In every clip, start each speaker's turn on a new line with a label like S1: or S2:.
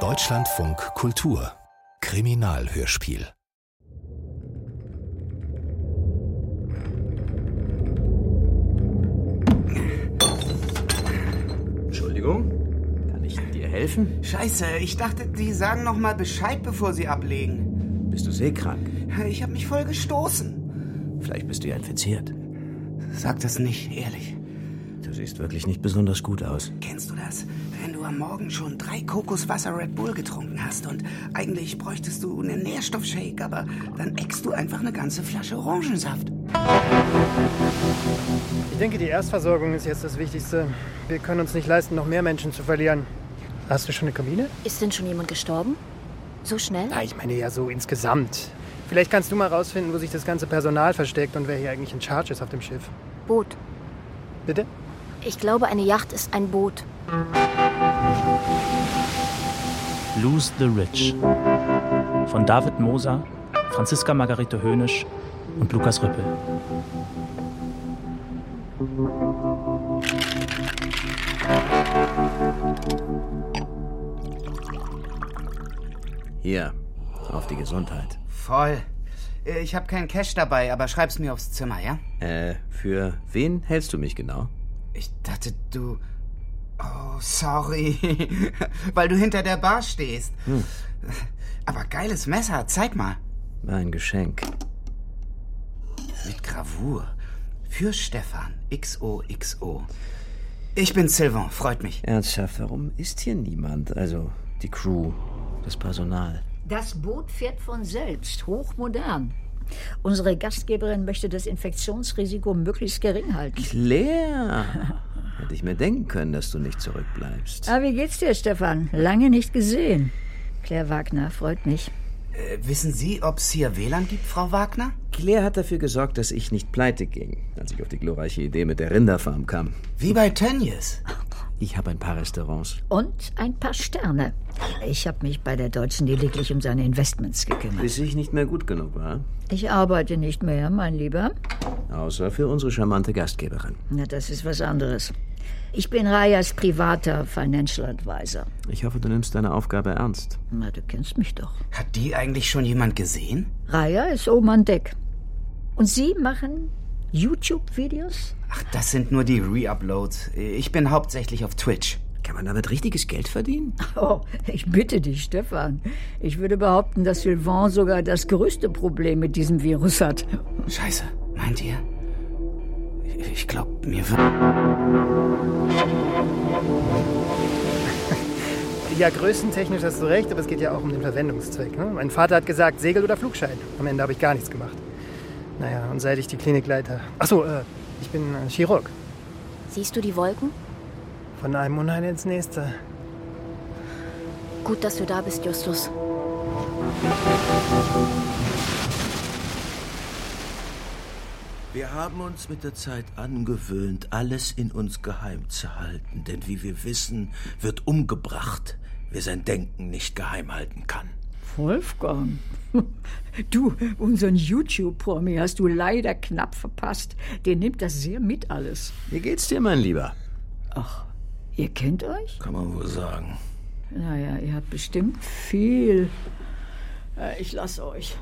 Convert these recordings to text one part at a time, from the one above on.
S1: Deutschlandfunk Kultur Kriminalhörspiel
S2: Entschuldigung?
S3: Kann ich dir helfen?
S4: Scheiße, ich dachte, die sagen noch mal Bescheid, bevor sie ablegen.
S3: Bist du seekrank?
S4: Ich habe mich voll gestoßen.
S3: Vielleicht bist du ja infiziert.
S4: Sag das nicht, ehrlich.
S3: Du siehst wirklich nicht besonders gut aus.
S4: Kennst du das? Wenn du am Morgen schon drei Kokoswasser Red Bull getrunken hast und eigentlich bräuchtest du einen Nährstoffshake, aber dann eckst du einfach eine ganze Flasche Orangensaft.
S5: Ich denke, die Erstversorgung ist jetzt das Wichtigste. Wir können uns nicht leisten, noch mehr Menschen zu verlieren. Hast du schon eine Kabine?
S6: Ist denn schon jemand gestorben? So schnell?
S5: Na, ich meine ja so insgesamt. Vielleicht kannst du mal rausfinden, wo sich das ganze Personal versteckt und wer hier eigentlich in Charge ist auf dem Schiff.
S6: Boot.
S5: Bitte?
S6: Ich glaube, eine Yacht ist ein Boot.
S7: Lose the Rich von David Moser, Franziska Margarete Höhnisch und Lukas Rüppel.
S3: Hier, auf die Gesundheit.
S4: Voll. Äh, Ich habe keinen Cash dabei, aber schreib's mir aufs Zimmer, ja?
S3: Äh, für wen hältst du mich genau?
S4: Ich dachte, du. Oh, sorry. Weil du hinter der Bar stehst. Aber geiles Messer, zeig mal.
S3: Ein Geschenk.
S4: Mit Gravur. Für Stefan. XOXO. Ich bin Sylvain, freut mich.
S3: Ernsthaft, warum ist hier niemand? Also, die Crew, das Personal.
S8: Das Boot fährt von selbst, hochmodern. Unsere Gastgeberin möchte das Infektionsrisiko möglichst gering halten.
S3: Claire! Hätte ich mir denken können, dass du nicht zurückbleibst.
S8: Ah, wie geht's dir, Stefan? Lange nicht gesehen. Claire Wagner, freut mich.
S4: Äh, wissen Sie, ob es hier WLAN gibt, Frau Wagner?
S3: Claire hat dafür gesorgt, dass ich nicht pleite ging, als ich auf die glorreiche Idee mit der Rinderfarm kam.
S4: Wie bei Tönnies.
S3: Ich habe ein paar Restaurants.
S8: Und ein paar Sterne. Ich habe mich bei der Deutschen lediglich um seine Investments
S4: Genau.
S8: gekümmert.
S3: Bis ich nicht mehr gut genug war.
S8: Ich arbeite nicht mehr, mein Lieber.
S3: Außer für unsere charmante Gastgeberin.
S8: Na, das ist was anderes. Ich bin Rajas privater Financial Advisor.
S3: Ich hoffe, du nimmst deine Aufgabe ernst.
S8: Na, du kennst mich doch.
S4: Hat die eigentlich schon jemand gesehen?
S8: Raya ist oben an Deck. Und Sie machen YouTube-Videos?
S4: Ach, das sind nur die Reuploads. Ich bin hauptsächlich auf Twitch.
S3: Kann man damit richtiges Geld verdienen?
S8: Oh, ich bitte dich, Stefan. Ich würde behaupten, dass Sylvain sogar das größte Problem mit diesem Virus hat.
S4: Scheiße, meint ihr? Ich glaub, mir wird.
S5: Ja, größentechnisch hast du recht, aber es geht ja auch um den Verwendungszweck. Ne? Mein Vater hat gesagt, Segel oder Flugschein. Am Ende habe ich gar nichts gemacht. Naja, und seit ich die Klinik leite. Achso, äh, ich bin äh, Chirurg.
S6: Siehst du die Wolken?
S5: Von einem Unheil ins nächste.
S6: Gut, dass du da bist, Justus.
S2: Wir haben uns mit der Zeit angewöhnt, alles in uns geheim zu halten, denn wie wir wissen, wird umgebracht, wer sein Denken nicht geheim halten kann.
S8: Wolfgang, du, unseren YouTube-Promi hast du leider knapp verpasst. Den nimmt das sehr mit alles.
S3: Wie geht's dir, mein Lieber?
S8: Ihr kennt euch?
S2: Kann man wohl sagen.
S8: Naja, ihr habt bestimmt viel. Äh, Ich lass euch.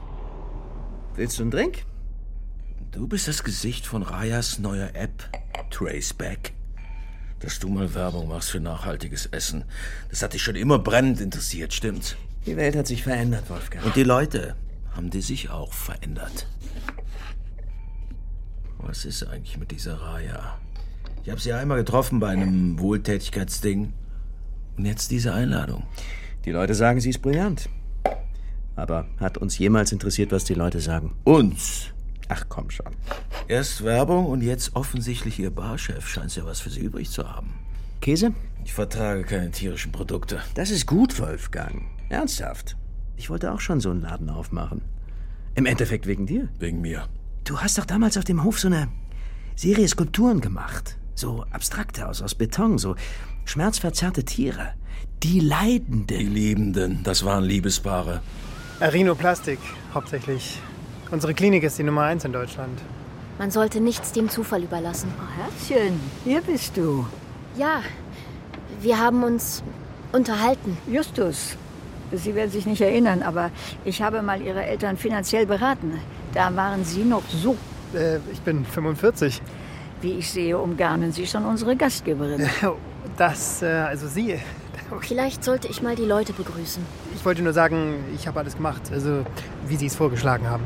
S3: Willst du einen Drink?
S2: Du bist das Gesicht von Rajas neuer App, Traceback. Dass du mal Werbung machst für nachhaltiges Essen. Das hat dich schon immer brennend interessiert, stimmt's?
S3: Die Welt hat sich verändert, Wolfgang.
S2: Und die Leute, haben die sich auch verändert? Was ist eigentlich mit dieser Raya? Ich habe sie einmal getroffen bei einem Wohltätigkeitsding. Und jetzt diese Einladung.
S3: Die Leute sagen, sie ist brillant. Aber hat uns jemals interessiert, was die Leute sagen?
S2: Uns.
S3: Ach komm schon.
S2: Erst Werbung und jetzt offensichtlich ihr Barchef scheint ja was für sie übrig zu haben.
S3: Käse?
S2: Ich vertrage keine tierischen Produkte.
S3: Das ist gut, Wolfgang. Ernsthaft. Ich wollte auch schon so einen Laden aufmachen. Im Endeffekt wegen dir.
S2: Wegen mir.
S3: Du hast doch damals auf dem Hof so eine Serie Skulpturen gemacht. So abstrakte aus, aus Beton, so schmerzverzerrte Tiere. Die
S2: Die
S3: Leidenden.
S2: Liebenden, das waren Liebespaare.
S5: Arinoplastik Äh, hauptsächlich. Unsere Klinik ist die Nummer eins in Deutschland.
S6: Man sollte nichts dem Zufall überlassen.
S8: Herzchen, hier bist du.
S6: Ja, Wir haben uns unterhalten.
S8: Justus, Sie werden sich nicht erinnern, aber ich habe mal Ihre Eltern finanziell beraten. Da waren Sie noch so.
S5: Äh, ich bin 45.
S8: Wie ich sehe, umgarnen Sie schon unsere Gastgeberin.
S5: Oh, Das, äh, also Sie.
S6: Ähm. Vielleicht sollte ich mal die Leute begrüßen.
S5: Ich wollte nur sagen, ich habe alles gemacht, also wie Sie es vorgeschlagen haben.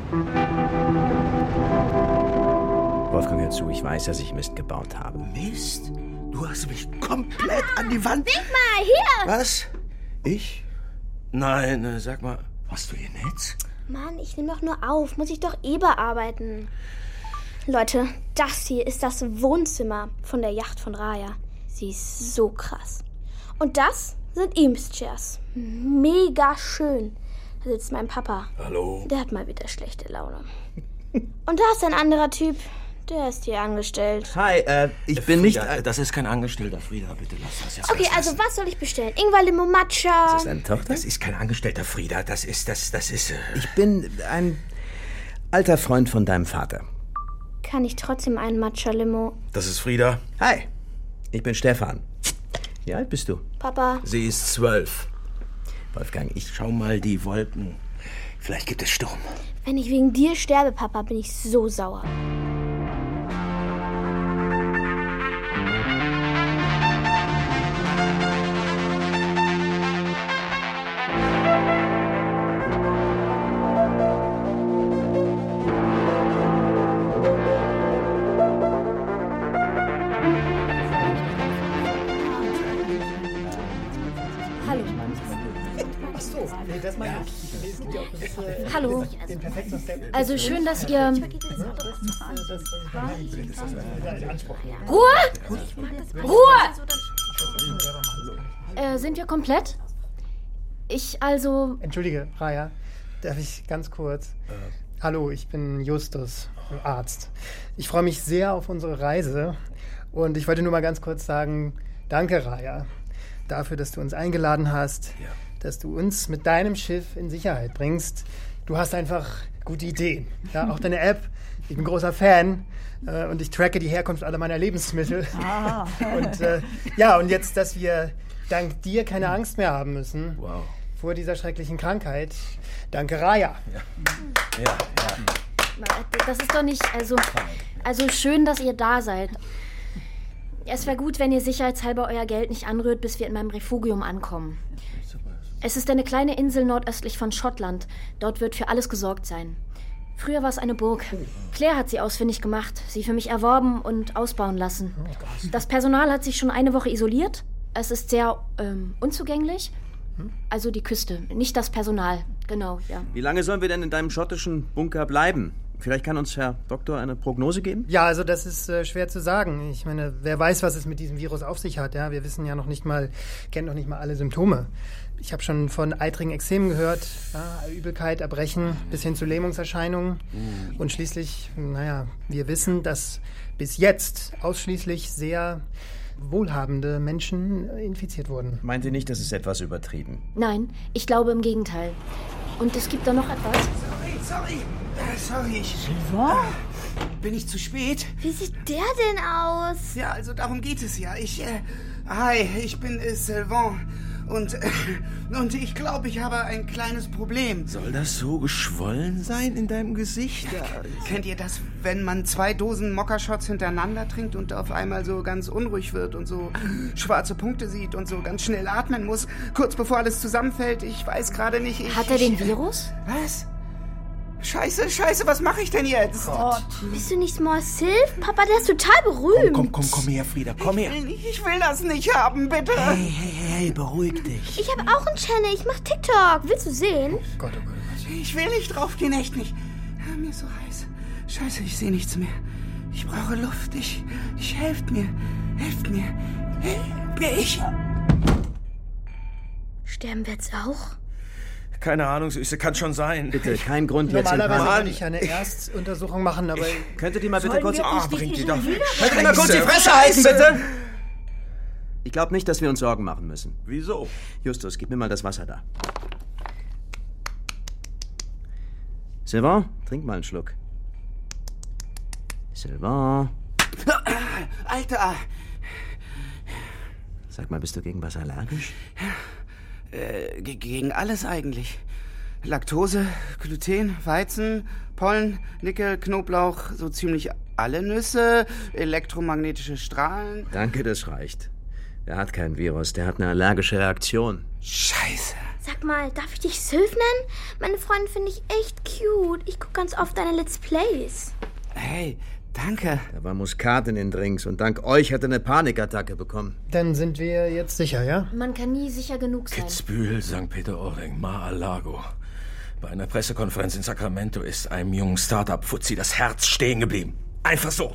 S3: Wolfgang, hör zu, ich weiß, dass ich Mist gebaut habe.
S2: Mist, du hast mich komplett an die Wand.
S6: Ah, hier!
S2: Was? Ich? Nein, äh, sag mal, hast du ihr Netz?
S9: Mann, ich nehme doch nur auf. Muss ich doch eh bearbeiten. Leute, das hier ist das Wohnzimmer von der Yacht von Raya. Sie ist so krass. Und das sind Eames Chairs. Mega schön. Da sitzt mein Papa.
S2: Hallo?
S9: Der hat mal wieder schlechte Laune. Und da ist ein anderer Typ. Der ist hier angestellt.
S3: Hi, äh, ich bin nicht.
S2: Frieda,
S3: ein-
S2: äh, das ist kein Angestellter, Frieda, bitte lass das jetzt.
S9: Okay, also was soll ich bestellen? Ingwer Limo Matcha.
S3: Ist deine Tochter?
S2: Das ist kein Angestellter, Frieda, das ist, das, das ist... Äh,
S3: Ich bin ein alter Freund von deinem Vater.
S9: Kann ich trotzdem einen Matcha Limo?
S2: das ist Frieda.
S3: Hi, ich bin Stefan. Wie alt bist du?
S9: Papa,
S2: Sie ist zwölf.
S3: Wolfgang, ich
S2: Schau mal die Wolken. Vielleicht gibt es Sturm.
S9: wenn ich wegen dir sterbe, Papa, bin ich so sauer.
S6: Hallo.
S5: äh,
S6: Hallo. Also schön, dass ihr. Ruhe! Ruhe! Äh, sind wir komplett? Ich also.
S5: Entschuldige, Raya, darf ich ganz kurz? Hallo, ich bin Justus, ein Arzt. Ich freue mich sehr auf unsere Reise und ich wollte nur mal ganz kurz sagen, danke Raya dafür, dass du uns eingeladen hast, dass du uns mit deinem Schiff in Sicherheit bringst. Du hast einfach gute Ideen. Ja, auch deine App. Ich bin großer Fan äh, und ich tracke die Herkunft aller meiner Lebensmittel. und äh, ja, und jetzt, dass wir dank dir keine Angst mehr haben müssen
S2: Wow.
S5: vor dieser schrecklichen Krankheit. Danke, Raya.
S2: Ja, ja.
S6: Das ist doch nicht. Also. Also schön, dass ihr da seid. Es wäre gut, wenn ihr sicherheitshalber euer Geld nicht anrührt, bis wir in meinem Refugium ankommen. Es ist eine kleine Insel nordöstlich von Schottland. Dort wird für alles gesorgt sein. Früher war es eine Burg. Claire hat sie ausfindig gemacht, sie für mich erworben und ausbauen lassen. Das Personal hat sich schon eine Woche isoliert. Es ist sehr ähm, unzugänglich. Also die Küste, nicht das Personal. Genau, ja.
S3: Wie lange sollen wir denn in deinem schottischen Bunker bleiben? Vielleicht kann uns Herr Doktor eine Prognose geben?
S5: Ja, also das ist äh, schwer zu sagen. Ich meine, wer weiß, was es mit diesem Virus auf sich hat. Ja, wir wissen ja noch nicht mal, kennen noch nicht mal alle Symptome. Ich habe schon von eitrigen Ekzemen gehört, ja, Übelkeit, Erbrechen, bis hin zu Lähmungserscheinungen. Und schließlich, naja, wir wissen, dass bis jetzt ausschließlich sehr wohlhabende Menschen äh, infiziert wurden.
S3: Meint ihr nicht, das ist etwas übertrieben?
S6: Nein, ich glaube im Gegenteil. Und es gibt da noch etwas.
S2: Sorry, sorry. Äh, Sorry, ich,
S4: Äh, Bin ich zu spät?
S9: Wie sieht der denn aus?
S4: Ja, also darum geht es ja. Ich, äh, hi, ich bin äh, Sylvain. Und, äh, und ich glaube, ich habe ein kleines Problem.
S2: soll das so geschwollen sein in deinem Gesicht? Ja.
S4: Kennt ihr das, wenn man zwei Dosen Mokka-Shots hintereinander trinkt und auf einmal so ganz unruhig wird und so schwarze Punkte sieht und so ganz schnell atmen muss, kurz bevor alles zusammenfällt? Ich weiß gerade nicht. Ich,
S6: Hat er den
S4: ich-
S6: Virus?
S4: Was? Scheiße, scheiße, was mache ich denn jetzt?
S9: Bist du nicht Small Sylph? Papa, der ist total berühmt.
S2: Komm, komm, komm her, Frieda, komm her.
S4: Ich will das nicht haben, bitte.
S2: Hey, hey, hey, beruhig dich.
S9: Ich habe auch einen Channel. Ich mache TikTok. Willst du
S3: Oh
S9: sehen?
S4: Ich will nicht draufgehen, echt nicht. Ah, Mir ist so heiß. Scheiße, ich sehe nichts mehr. Ich brauche Luft. Ich, ich helft mir. Helft mir. Helft mir. Ich.
S9: Sterben wir jetzt auch?
S2: Keine Ahnung, Süße, kann schon sein.
S3: Bitte, kein Grund jetzt. in
S5: Normalerweise
S3: Panik.
S5: würde ich ja eine Erstuntersuchung machen, aber
S3: Könntet ihr mal bitte kurz.
S2: Ah, bringt die doch. Halt
S3: Könnt ihr mal kurz Halt die Fresse halten, bitte! Ich glaube nicht, dass wir uns Sorgen machen müssen.
S2: Wieso?
S3: Justus, gib mir mal das Wasser da. Sylvain, trink mal einen Schluck. Sylvain.
S4: Alter.
S3: Sag mal, bist du gegen was allergisch?
S4: Äh, ge- gegen alles eigentlich. Laktose, Gluten, Weizen, Pollen, Nickel, Knoblauch, so ziemlich alle Nüsse, elektromagnetische Strahlen.
S3: Danke, das reicht. Der hat kein Virus, der hat eine allergische Reaktion.
S4: Scheiße.
S9: Sag mal, darf ich dich Sylph nennen? Meine Freundin finde ich echt cute. Ich gucke ganz oft deine Let's Plays.
S4: Hey, danke.
S3: Da war Muskat in den Drinks und dank euch hat er eine Panikattacke bekommen.
S5: Dann sind wir jetzt sicher, ja?
S6: Man kann nie sicher genug sein.
S2: Kitzbühel, St. Peter-Ording, Mar-a-Lago. Bei einer Pressekonferenz in Sacramento ist einem jungen Startup-Fuzzi das Herz stehen geblieben. Einfach so.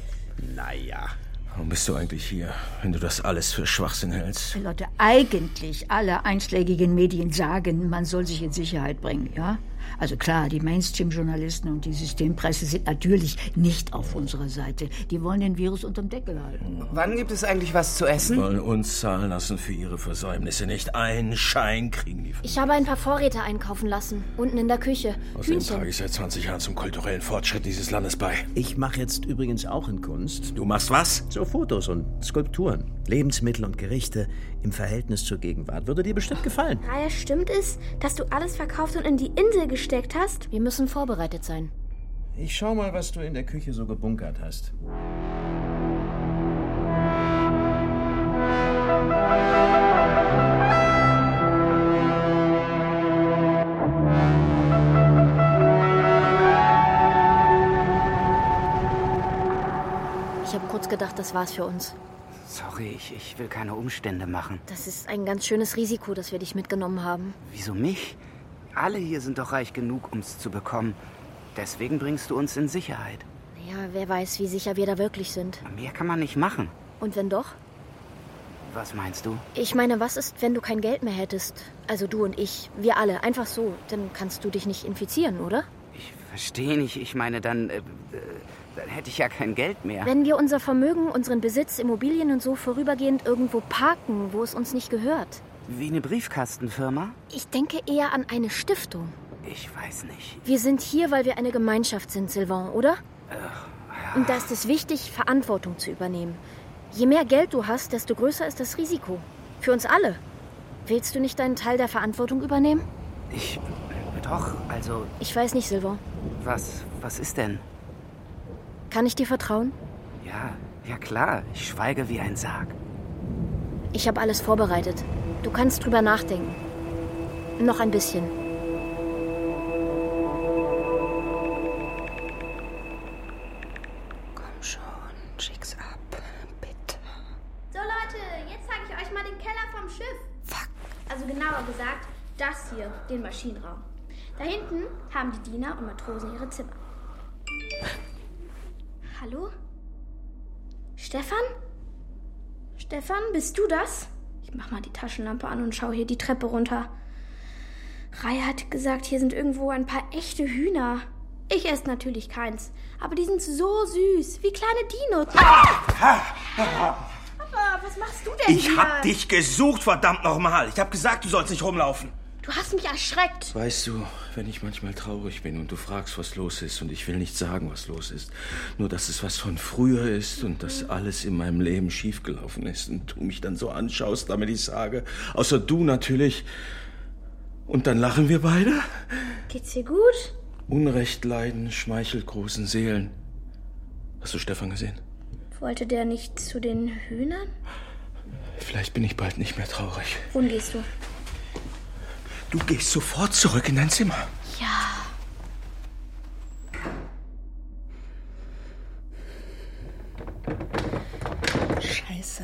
S3: Naja.
S2: Warum bist du eigentlich hier, wenn du das alles für Schwachsinn hältst?
S8: Leute, eigentlich alle einschlägigen Medien sagen, man soll sich in Sicherheit bringen, ja? Also klar, die Mainstream-Journalisten und die Systempresse sind natürlich nicht auf unserer Seite. Die wollen den Virus unterm Deckel halten.
S4: Wann gibt es eigentlich was zu
S2: Die
S4: essen?
S2: wollen uns zahlen lassen für ihre Versäumnisse. Nicht einen Schein kriegen die von
S6: Ich habe ein paar Vorräte einkaufen lassen. Unten in der Küche.
S2: Außerdem trage
S6: Hühnchen.
S2: ich seit 20 Jahren zum kulturellen Fortschritt dieses Landes bei.
S3: Ich mache jetzt übrigens auch in Kunst.
S2: Du machst was?
S3: So Fotos und Skulpturen, Lebensmittel und Gerichte im Verhältnis zur Gegenwart. Würde dir bestimmt gefallen.
S9: Raya, stimmt es, dass du alles verkauft und in die Insel gesteckt hast?
S6: Wir müssen vorbereitet sein.
S3: Ich schau mal, was du in der Küche so gebunkert hast.
S6: Ich habe kurz gedacht, das war's für uns.
S4: Sorry, ich, ich will keine Umstände machen.
S6: Das ist ein ganz schönes Risiko, dass wir dich mitgenommen haben.
S4: Wieso mich? Alle hier sind doch reich genug, um's zu bekommen. Deswegen bringst du uns in Sicherheit.
S6: Naja, wer weiß, wie sicher wir da wirklich sind.
S4: Mehr kann man nicht machen.
S6: Und wenn doch?
S4: Was meinst du?
S6: Ich meine, was ist, wenn du kein Geld mehr hättest? Also du und ich, wir alle, einfach so. Dann kannst du dich nicht infizieren, oder?
S4: Ich verstehe nicht. Ich meine, dann, äh, äh, dann hätte ich ja kein Geld mehr.
S6: Wenn wir unser Vermögen, unseren Besitz, Immobilien und so vorübergehend irgendwo parken, wo es uns nicht gehört.
S4: Wie eine Briefkastenfirma?
S6: Ich denke eher an eine Stiftung.
S4: Ich weiß nicht.
S6: Wir sind hier, weil wir eine Gemeinschaft sind, Sylvain, oder? Und da ist es wichtig, Verantwortung zu übernehmen. Je mehr Geld du hast, desto größer ist das Risiko. Für uns alle. Willst du nicht deinen Teil der Verantwortung übernehmen?
S4: Ich. Doch, also,
S6: Ich weiß nicht, Sylvain.
S4: was, was ist denn?
S6: Kann ich dir vertrauen?
S4: Ja, ja klar, ich schweige wie ein Sarg.
S6: Ich habe alles vorbereitet. Du kannst drüber nachdenken. Noch ein bisschen.
S8: Komm schon, schick's ab, bitte.
S9: So Leute, jetzt zeige ich euch mal den Keller vom Schiff. Fuck. Also genauer gesagt, das hier, den Maschinenraum. Da hinten haben die Diener und Matrosen ihre Zimmer. Hallo? Stefan? Stefan, bist du das? Ich mach mal die Taschenlampe an und schau hier die Treppe runter. Raya hat gesagt, hier sind irgendwo ein paar echte Hühner. Ich esse natürlich keins, aber die sind so süß, wie kleine Dinos.
S2: Ah!
S9: Papa, was machst du denn hier?
S2: dich gesucht, verdammt nochmal. Ich hab gesagt, du sollst nicht rumlaufen.
S9: Du hast mich erschreckt.
S2: Weißt du, wenn ich manchmal traurig bin und du fragst, was los ist, und ich will nicht sagen, was los ist, nur dass es was von früher ist und dass alles in meinem Leben schiefgelaufen ist und du mich dann so anschaust, damit ich sage, außer du natürlich. Und dann lachen wir beide.
S9: Geht's dir gut?
S2: Unrecht leiden schmeichelt großen Seelen. Hast du Stefan gesehen?
S9: Wollte der nicht zu den Hühnern?
S2: Vielleicht bin ich bald nicht mehr traurig.
S9: Wohin gehst du?
S2: Du gehst sofort zurück in dein Zimmer.
S9: Ja.
S8: Scheiße,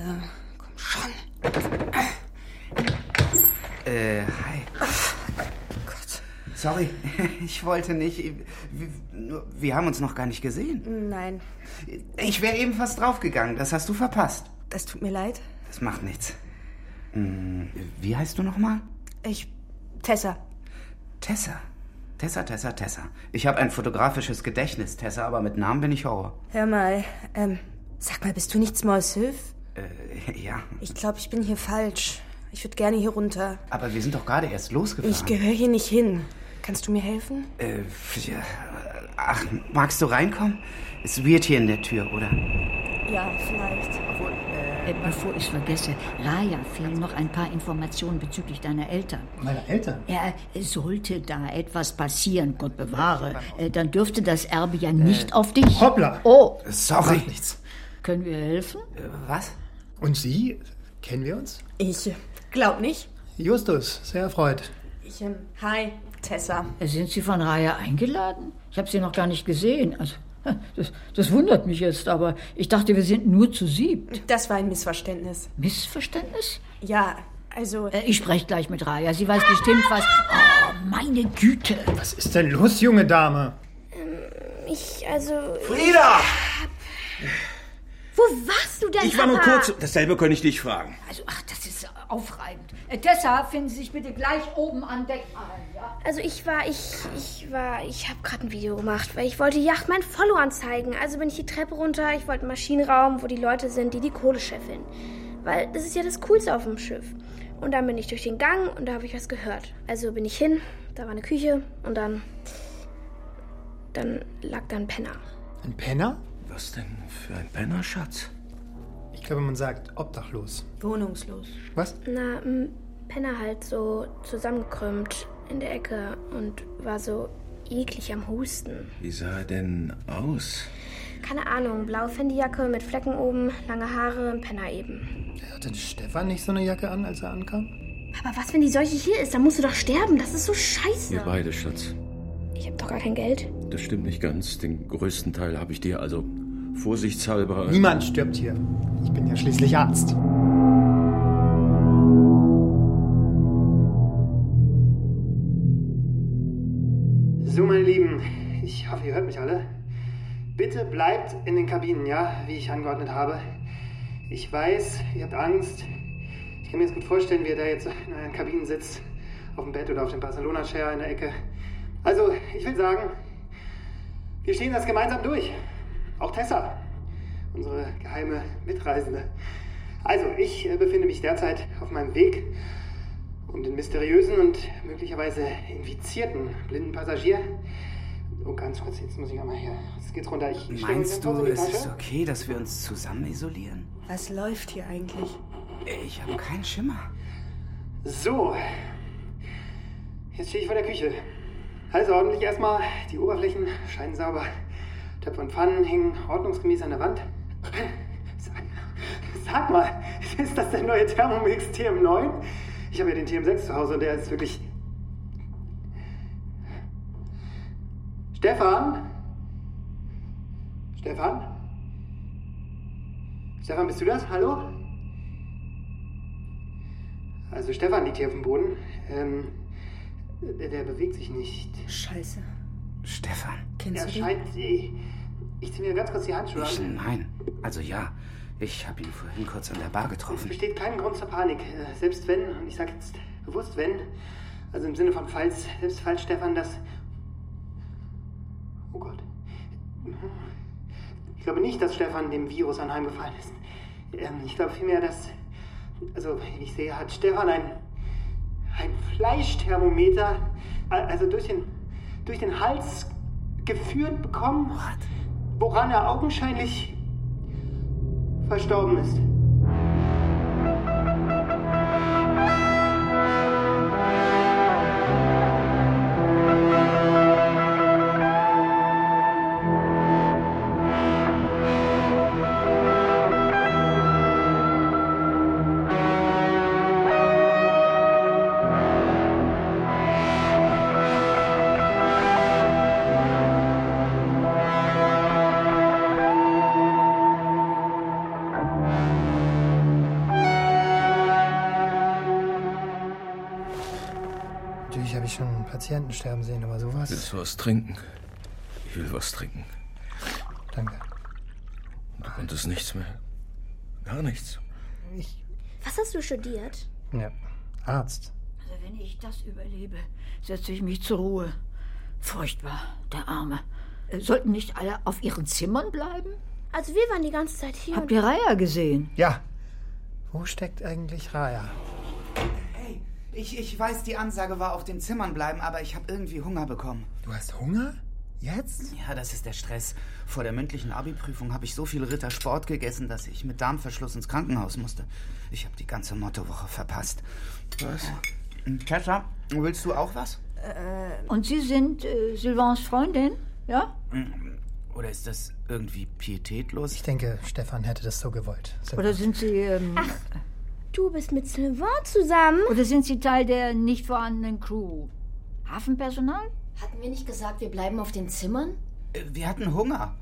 S8: komm schon.
S4: Äh, hi. Sorry, ich wollte nicht. Wir, nur- wir haben uns noch gar nicht gesehen.
S10: Nein,
S4: Ich wäre eben fast draufgegangen, das hast du verpasst.
S10: das tut mir leid.
S4: Das macht nichts. Hm, Wie heißt du nochmal?
S10: Ich. Tessa.
S4: Tessa. Tessa, Tessa, Tessa. Ich habe ein fotografisches Gedächtnis, Tessa, aber mit Namen bin ich Horror.
S10: Hör mal, ähm, sag mal, bist du nicht Small Sylph?
S4: Äh, ja.
S10: Ich glaube, ich bin hier falsch. Ich würde gerne hier runter.
S4: Aber wir sind doch gerade erst losgefahren.
S10: Ich gehöre hier nicht hin. Kannst du mir helfen?
S4: Äh, pf, ja. Ach, magst du reinkommen? Ist weird hier in der Tür, oder?
S10: Ja, vielleicht.
S4: Obwohl, äh,
S8: äh, bevor ich es vergesse, Raya fehlen noch ein paar Informationen bezüglich deiner Eltern.
S5: Meine Eltern?
S8: Ja, äh, sollte da etwas passieren, Gott bewahre, äh, dann dürfte das Erbe ja nicht auf dich.
S5: Äh, Hoppla!
S8: Oh!
S5: Sorry. Macht nichts.
S8: Können wir helfen?
S10: Äh,
S5: Was? Und Sie? Kennen wir uns?
S10: Ich glaub nicht.
S5: Justus, sehr erfreut.
S10: Ich, ähm, hi, Tessa.
S8: Äh, Sind Sie von Raya eingeladen? Ich habe Sie noch gar nicht gesehen. Also, das, das wundert mich jetzt, aber ich dachte, wir sind nur zu siebt.
S10: Das war ein Missverständnis.
S8: Missverständnis?
S10: Ja, also.
S8: Äh, Ich spreche gleich mit Raya. Sie weiß bestimmt was. Oh, meine Güte.
S5: Was ist denn los, junge Dame?
S9: Ich, also.
S2: Frieda!
S6: Wo warst du denn,
S2: Ich war nur
S6: Papa?
S2: kurz. Dasselbe könnte ich dich fragen.
S8: Also, ach, das ist aufreibend. Äh, Tessa, finden Sie sich bitte gleich oben an Deck ein. Ja?
S9: Also ich war, ich, ich war, ich habe gerade ein Video gemacht, weil ich wollte Yacht mein Follow anzeigen. Also bin ich die Treppe runter, ich wollte einen Maschinenraum, wo die Leute sind, die die Kohle scheffeln. Weil das ist ja das Coolste auf dem Schiff. Und dann bin ich durch den Gang und da habe ich was gehört. Also bin ich hin, da war eine Küche und dann, dann lag da ein Penner.
S5: Ein Penner?
S2: Was denn für ein Penner, Schatz?
S5: Ich glaube, man sagt obdachlos.
S10: Wohnungslos.
S5: Was?
S9: Na, ein Penner halt so zusammengekrümmt in der Ecke und war so eklig am Husten.
S2: Wie sah er denn aus?
S9: Keine Ahnung, blaue Fendi-Jacke mit Flecken oben, lange Haare, ein Penner eben.
S5: Hatte Stefan nicht so eine Jacke an, als er ankam?
S9: Aber was, wenn die Seuche hier ist? Dann musst du doch sterben. Das ist so scheiße.
S11: Ihr beide, Schatz.
S9: Ich hab doch gar kein Geld.
S11: Das stimmt nicht ganz. Den größten Teil habe ich dir also vorsichtshalber.
S5: Niemand stirbt hier. Ich bin ja schließlich Arzt. So, meine Lieben, ich hoffe, ihr hört mich alle. Bitte bleibt in den Kabinen, ja, wie ich angeordnet habe. Ich weiß, ihr habt Angst. Ich kann mir jetzt gut vorstellen, wie ihr da jetzt in euren Kabinen sitzt. Auf dem Bett oder auf dem Barcelona-Chair in der Ecke. Also, ich will sagen, wir stehen das gemeinsam durch. Auch Tessa, unsere geheime Mitreisende. Also, ich äh, befinde mich derzeit auf meinem Weg, um den mysteriösen und möglicherweise infizierten blinden Passagier. Oh, ganz kurz, jetzt muss ich einmal hier. Jetzt geht's runter. Ich ich stelle
S4: Meinst
S5: mir ganz
S4: du,
S5: kurz in die
S4: es ist
S5: Tasche.
S4: okay, dass wir uns zusammen isolieren?
S10: Was läuft hier eigentlich?
S4: Ich habe keinen Schimmer.
S5: So. Jetzt stehe ich vor der Küche. Also ordentlich erstmal. Die Oberflächen scheinen sauber. Töpfe und Pfannen hängen ordnungsgemäß an der Wand. Sag mal, ist das der neue Thermomix TM9? Ich habe ja den TM6 zu Hause und der ist wirklich. Stefan? Stefan? Stefan, bist du das? Hallo? Also Stefan liegt hier auf dem Boden. Ähm, der, der bewegt sich nicht.
S10: Scheiße.
S4: Stefan.
S10: Kennst
S5: er
S10: du den?
S5: scheint. Ich, ich ziehe mir ganz kurz die Handschuhe
S4: Ich,
S5: an.
S4: nein. Also ja, ich habe ihn vorhin kurz an der Bar getroffen.
S5: Besteht kein Grund zur Panik. Äh, Selbst wenn, und ich sage jetzt bewusst wenn, also im Sinne von falls, selbst falls Stefan das. Oh Gott. Ich glaube nicht, dass Stefan dem Virus anheimgefallen ist. Ähm, ich glaube vielmehr, dass. Also, wie ich sehe, hat Stefan ein. ein Fleischthermometer, a- also durch den, durch den Hals geführt bekommen, woran er augenscheinlich verstorben ist. Natürlich habe ich schon Patienten sterben sehen, aber sowas.
S2: Willst du was trinken? Ich will was trinken.
S5: Danke.
S2: Du konntest nichts mehr. Gar nichts.
S9: Was hast du studiert?
S5: Ja. Arzt.
S8: Also, wenn ich das überlebe, setze ich mich zur Ruhe. Furchtbar, der Arme. Äh, Sollten nicht alle auf ihren Zimmern bleiben?
S9: Also wir waren die ganze Zeit hier.
S8: Habt ihr Raya gesehen?
S5: Ja. Wo steckt eigentlich Raya?
S12: Ich, ich weiß, die Ansage war auf den Zimmern bleiben, aber ich habe irgendwie Hunger bekommen.
S5: Du hast Hunger? Jetzt?
S4: Ja, das ist der Stress. Vor der mündlichen Abi-Prüfung habe ich so viel Rittersport gegessen, dass ich mit Darmverschluss ins Krankenhaus musste. Ich habe die ganze Mottowoche verpasst. Was? Kesha, willst du auch was?
S8: Und Sie sind äh, Sylvans Freundin, ja?
S4: Oder ist das irgendwie pietätlos?
S5: Ich denke, Stefan hätte das so gewollt.
S8: Oder sind Sie. Ähm,
S9: Du bist mit Sylvain zusammen.
S8: Oder sind Sie Teil der nicht vorhandenen Crew? Hafenpersonal?
S6: Hatten wir nicht gesagt, wir bleiben auf den Zimmern?
S4: Wir hatten Hunger.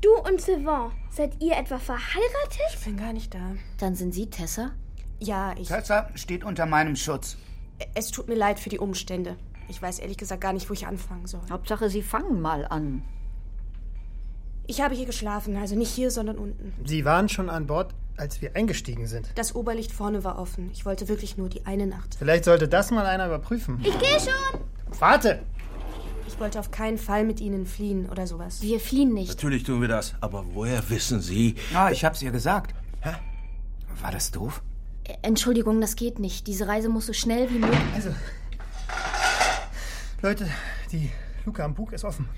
S9: Du und Sylvain, seid ihr etwa verheiratet?
S10: Ich bin gar nicht da.
S6: Dann sind Sie Tessa?
S10: Ja, ich.
S4: Tessa steht unter meinem Schutz.
S10: Es tut mir leid für die Umstände. Ich weiß ehrlich gesagt gar nicht, wo ich anfangen soll.
S8: Hauptsache, Sie fangen mal an.
S10: Ich habe hier geschlafen, also nicht hier, sondern unten.
S5: Sie waren schon an Bord, als wir eingestiegen sind.
S10: Das Oberlicht vorne war offen. Ich wollte wirklich nur die eine Nacht.
S5: Vielleicht sollte das mal einer überprüfen.
S9: Ich gehe schon.
S5: Warte!
S10: Ich wollte auf keinen Fall mit ihnen fliehen oder sowas.
S6: Wir fliehen nicht.
S2: Natürlich tun wir das, aber woher wissen Sie?
S4: Ah, ich hab's ihr gesagt. Hä? War das doof?
S6: Ä- Äh, Entschuldigung, das geht nicht. Diese Reise muss so schnell wie möglich.
S5: Also. Leute, die Luke am Bug ist offen.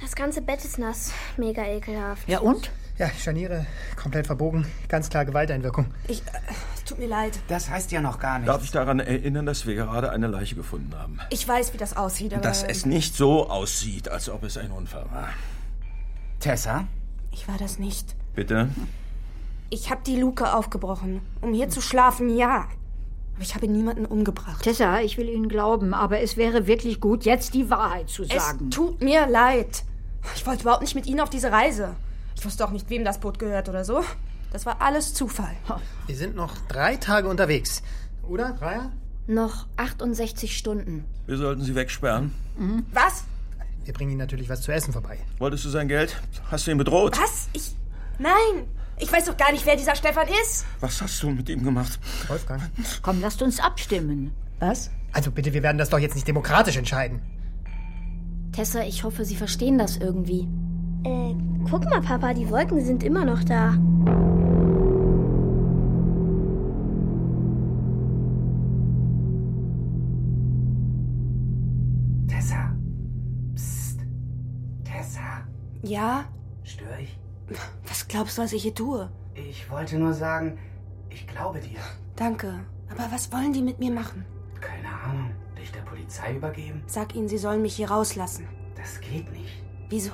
S9: Das ganze Bett ist nass. Mega ekelhaft.
S8: Ja, und?
S5: Ja, Scharniere komplett verbogen. Ganz klar Gewalteinwirkung.
S10: Ich. Äh, es tut mir leid.
S4: Das heißt ja noch gar nichts.
S2: Darf ich daran erinnern, dass wir gerade eine Leiche gefunden haben?
S10: Ich weiß, wie das aussieht, aber.
S2: Dass
S4: Ähm.
S2: es nicht so aussieht, als ob es ein Unfall war.
S4: Tessa?
S10: Ich war das nicht.
S2: Bitte?
S10: Ich habe die Luke aufgebrochen. Um hier zu schlafen, ja. Aber ich habe niemanden umgebracht.
S8: Tessa, ich will Ihnen glauben, aber es wäre wirklich gut, jetzt die Wahrheit zu sagen.
S10: Es tut mir leid. Ich wollte überhaupt nicht mit Ihnen auf diese Reise. Ich wusste auch nicht, wem das Boot gehört oder so. Das war alles Zufall.
S5: Wir sind noch drei Tage unterwegs. Oder, Raya?
S6: Noch 68 Stunden.
S2: Wir sollten sie wegsperren.
S8: Mhm.
S10: Was?
S5: Wir bringen ihnen natürlich was zu essen vorbei.
S2: Wolltest du sein Geld? Hast du ihn bedroht?
S10: Was? Ich. Nein! Ich weiß doch gar nicht, wer dieser Stefan ist.
S2: Was hast du mit ihm gemacht?
S5: Wolfgang?
S8: Komm, lasst uns abstimmen.
S5: Was? Also bitte, wir werden das doch jetzt nicht demokratisch entscheiden.
S6: Tessa, ich hoffe, Sie verstehen das irgendwie.
S9: Äh, guck mal, Papa, die Wolken sind immer noch da.
S4: Tessa. Psst. Tessa.
S10: Ja?
S4: Störe ich?
S10: Was glaubst du, was ich hier tue?
S4: Ich wollte nur sagen, ich glaube dir.
S10: Danke. Aber was wollen die mit mir machen?
S4: Keine Ahnung. Dich der Polizei übergeben?
S10: Sag ihnen, sie sollen mich hier rauslassen.
S4: Das geht nicht.
S10: Wieso?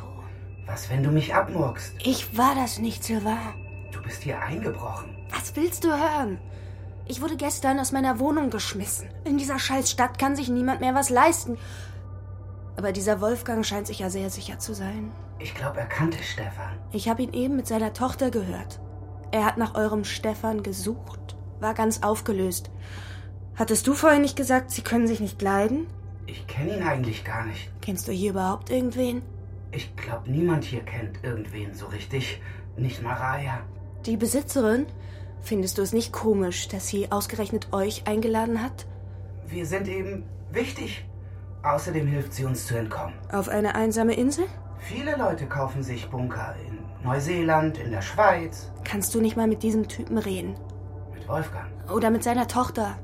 S4: Was, wenn du mich abmurkst?
S10: Ich war das nicht, Sylvain.
S4: Du bist hier eingebrochen.
S10: Was willst du hören? Ich wurde gestern aus meiner Wohnung geschmissen. In dieser scheiß Stadt kann sich niemand mehr was leisten. Aber dieser Wolfgang scheint sich ja sehr sicher zu sein.
S4: Ich glaube, er kannte Stefan.
S10: Ich habe ihn eben mit seiner Tochter gehört. Er hat nach eurem Stefan gesucht, war ganz aufgelöst. Hattest du vorhin nicht gesagt, sie können sich nicht leiden?
S4: Ich kenne ihn eigentlich gar nicht.
S10: Kennst du hier überhaupt irgendwen?
S4: Ich glaube, niemand hier kennt irgendwen so richtig. Nicht Mariah.
S10: Die Besitzerin? Findest du es nicht komisch, dass sie ausgerechnet euch eingeladen hat?
S4: Wir sind eben wichtig. Außerdem hilft sie uns zu entkommen.
S10: Auf eine einsame Insel?
S4: Viele Leute kaufen sich Bunker in Neuseeland, in der Schweiz.
S10: Kannst du nicht mal mit diesem Typen reden?
S4: Mit Wolfgang.
S10: Oder mit seiner Tochter?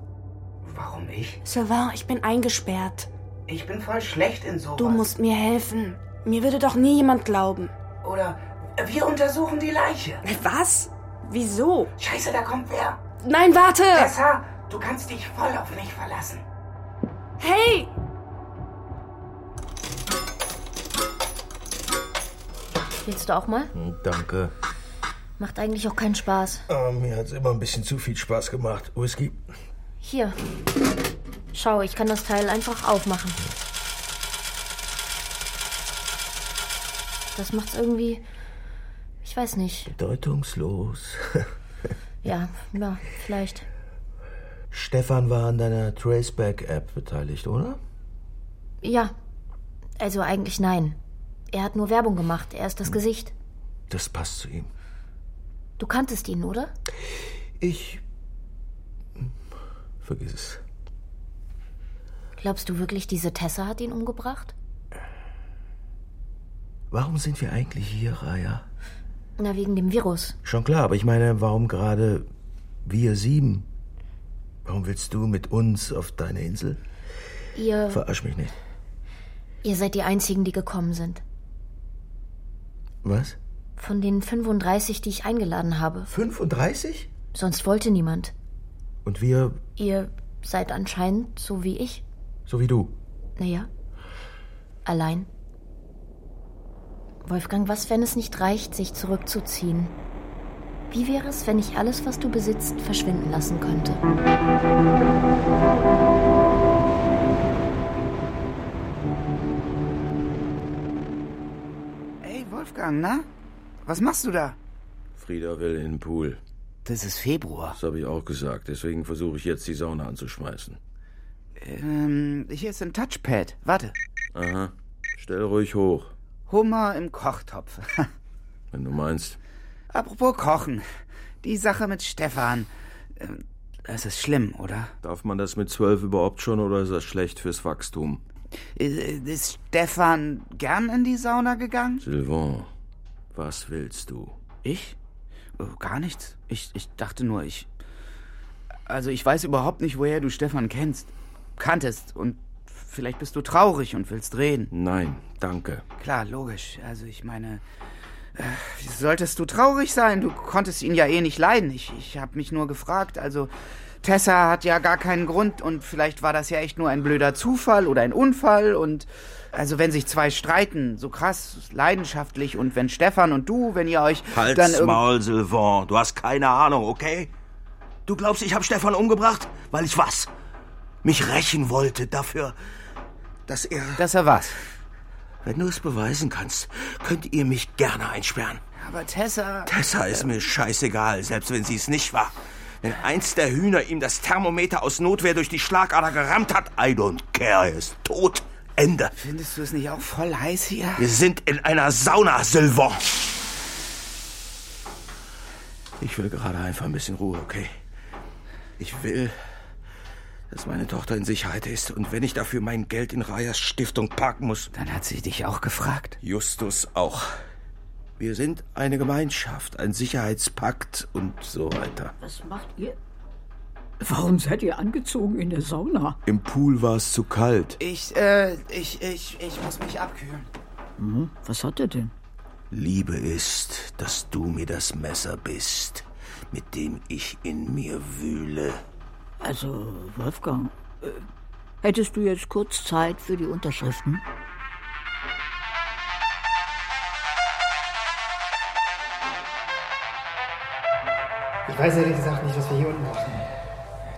S4: Warum ich?
S10: Sylvain, ich bin eingesperrt.
S4: Ich bin voll schlecht in sowas.
S10: Du musst mir helfen. Mir würde doch nie jemand glauben.
S4: Oder wir untersuchen die Leiche.
S10: Äh, Was? Wieso?
S4: Scheiße, da kommt wer.
S10: Nein, warte!
S4: Tessa, du kannst dich voll auf mich verlassen.
S10: Hey!
S6: Willst du auch mal?
S2: Danke.
S6: Macht eigentlich auch keinen Spaß.
S2: Ah, mir hat's immer ein bisschen zu viel Spaß gemacht. Whisky?
S6: Hier. Schau, ich kann das Teil einfach aufmachen. Das macht's irgendwie. Ich weiß nicht.
S13: Bedeutungslos.
S6: Ja, ja, vielleicht.
S13: Stefan war an deiner Traceback-App beteiligt, oder?
S6: Ja. Also eigentlich nein. Er hat nur Werbung gemacht. Er ist das Gesicht.
S13: Das passt zu ihm.
S6: Du kanntest ihn, oder?
S13: Ich. Vergiss es.
S6: Glaubst du wirklich, diese Tessa hat ihn umgebracht?
S13: Warum sind wir eigentlich hier, Raya?
S6: Na, wegen dem Virus.
S13: Schon klar, aber ich meine, warum gerade wir sieben? Warum willst du mit uns auf deine Insel?
S6: Ihr.
S13: Verarsch mich nicht.
S6: Ihr seid die einzigen, die gekommen sind.
S13: Was?
S6: Von den 35, die ich eingeladen habe.
S13: 35?
S6: Sonst wollte niemand.
S13: Und wir,
S6: Ihr seid anscheinend so wie ich.
S13: so wie du.
S6: Naja. Allein. Wolfgang, was, wenn es nicht reicht, sich zurückzuziehen? Wie wäre es, wenn ich alles, was du besitzt, verschwinden lassen könnte?
S4: Ey, Wolfgang, na? Was machst du da?
S11: Frieda will in den Pool.
S4: Das ist Februar.
S11: Das habe ich auch gesagt. Deswegen versuche ich jetzt, die Sauna anzuschmeißen.
S4: Ähm, hier ist ein Touchpad. Warte.
S11: Aha. Stell ruhig hoch,
S4: Hummer im Kochtopf.
S11: wenn du meinst.
S4: Apropos Kochen. Die Sache mit Stefan. Ähm, Das ist schlimm, oder?
S11: Darf man das mit zwölf überhaupt schon oder ist das schlecht fürs Wachstum?
S4: Äh, Ist Stefan gern in die Sauna gegangen?
S11: Sylvain, was willst du?
S4: Ich? Oh, Gar nichts. Ich, ich dachte nur, ich. Also, ich weiß überhaupt nicht, woher du Stefan kennst. Kanntest. Und vielleicht bist du traurig und willst reden.
S11: Nein, danke.
S4: Klar, logisch. Also, ich meine. äh, Solltest du traurig sein? Du konntest ihn ja eh nicht leiden. Ich, ich habe mich nur gefragt. Also, Tessa hat ja gar keinen Grund und vielleicht war das ja echt nur ein blöder Zufall oder ein Unfall und. Also, wenn sich zwei streiten, so krass, leidenschaftlich und wenn Stefan und du, wenn ihr euch. dann
S2: Halt's
S4: irgend-
S2: Maul, Sylvain. Du hast keine Ahnung, okay? Du glaubst, ich habe Stefan umgebracht? Weil ich was? Mich rächen wollte dafür, dass er...
S4: Dass er was?
S2: Wenn du es beweisen kannst, könnt ihr mich gerne einsperren.
S4: Aber Tessa. Äh,
S2: Tessa ist mir scheißegal, selbst wenn sie es nicht war. Wenn eins der Hühner ihm das Thermometer aus Notwehr durch die Schlagader gerammt hat, I don't care, er ist tot. Ende.
S4: Findest du es nicht auch voll heiß hier?
S2: Wir sind in einer Sauna, Sylvain. Ich will gerade einfach ein bisschen Ruhe, okay? Ich will, dass meine Tochter in Sicherheit ist. Und wenn ich dafür mein Geld in Rajas Stiftung parken muss.
S4: Dann hat sie dich auch gefragt.
S2: Justus auch. Wir sind eine Gemeinschaft, ein Sicherheitspakt und so weiter.
S8: Was macht ihr? Warum seid ihr angezogen in der Sauna?
S11: Im Pool war es zu kalt.
S4: Ich, äh, ich, ich, ich muss mich abkühlen.
S8: Mhm. Was hat er denn?
S2: Liebe ist, dass du mir das Messer bist, mit dem ich in mir wühle.
S8: Also, Wolfgang, äh, hättest du jetzt kurz Zeit für die Unterschriften?
S5: Ich weiß ehrlich gesagt nicht, was wir hier unten machen.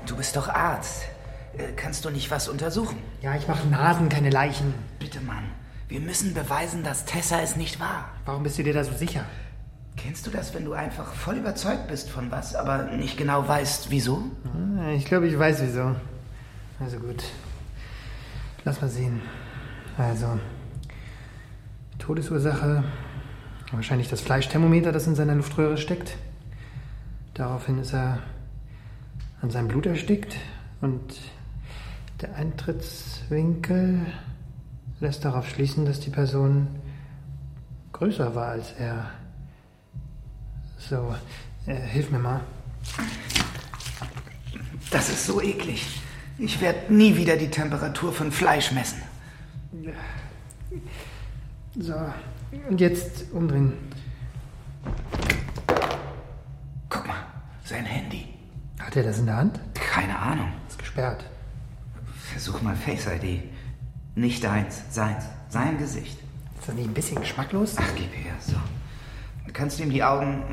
S4: Du bist doch Arzt. Äh, Kannst du nicht was untersuchen?
S5: Ja, ich mache Nasen, keine Leichen.
S4: Bitte, Mann. Wir müssen beweisen, dass Tessa es nicht war.
S5: Warum bist du dir da so sicher?
S4: Kennst du das, wenn du einfach voll überzeugt bist von was, aber nicht genau weißt, wieso?
S5: Ah, Ich glaube, ich weiß wieso. Also gut. Lass mal sehen. Also. Todesursache. Wahrscheinlich das Fleischthermometer, das in seiner Luftröhre steckt. Daraufhin ist er an seinem Blut erstickt und der Eintrittswinkel lässt darauf schließen, dass die Person größer war als er. So, äh, hilf mir mal.
S4: Das ist so eklig. Ich werde nie wieder die Temperatur von Fleisch messen.
S5: So, und jetzt um- umdrehen.
S4: Guck mal, sein Handy.
S5: Hat er das in der Hand?
S4: Keine Ahnung.
S5: Ist gesperrt.
S4: Versuch mal Face ID. Nicht deins, seins. Sein Gesicht.
S5: Ist das nicht ein bisschen geschmacklos?
S4: Ach, gib her, so. Kannst du ihm die Augen.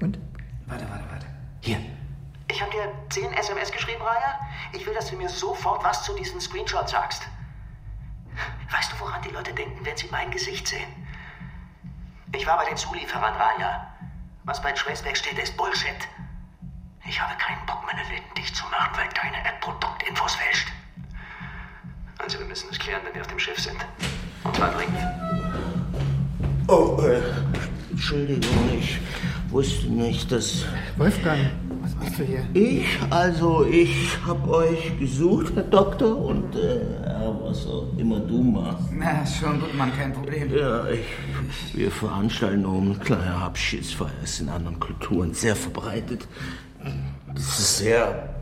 S5: Und?
S4: Warte, warte, warte. Hier.
S14: Ich habe dir 10 SMS geschrieben, Raya. Ich will, dass du mir sofort was zu diesen Screenshots sagst. Weißt du, woran die Leute denken, wenn sie mein Gesicht sehen? Ich war bei den Zulieferern, Raya. Was bei Schwestberg steht, ist Bullshit. Ich habe keinen Bock, meine Läden dicht zu machen, weil deine App Produktinfos fälscht. Also, wir müssen es klären, wenn wir auf dem Schiff sind. Und zwar dringend.
S2: Oh, äh, Entschuldigung, ich wusste nicht, dass.
S5: Wolfgang, was machst du hier?
S2: Ich, also, ich hab euch gesucht, Herr Doktor, und, äh, ja, was auch immer du machst.
S4: Na, schon gut, Mann, kein Problem.
S2: Ja, ich. Wir veranstalten auch eine kleine Abschiedsfeier. Ist in anderen Kulturen sehr verbreitet. Das ist sehr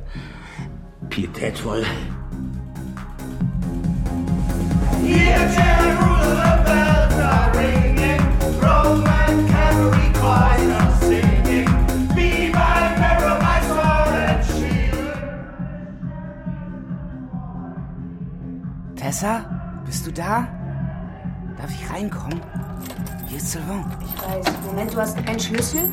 S2: pietätvoll.
S15: Yeah, Jerry, rule of the belt, I ring.
S4: Tessa, bist du da? Darf ich reinkommen? Hier ist Sylvain.
S10: Ich weiß. Moment, du hast einen Schlüssel?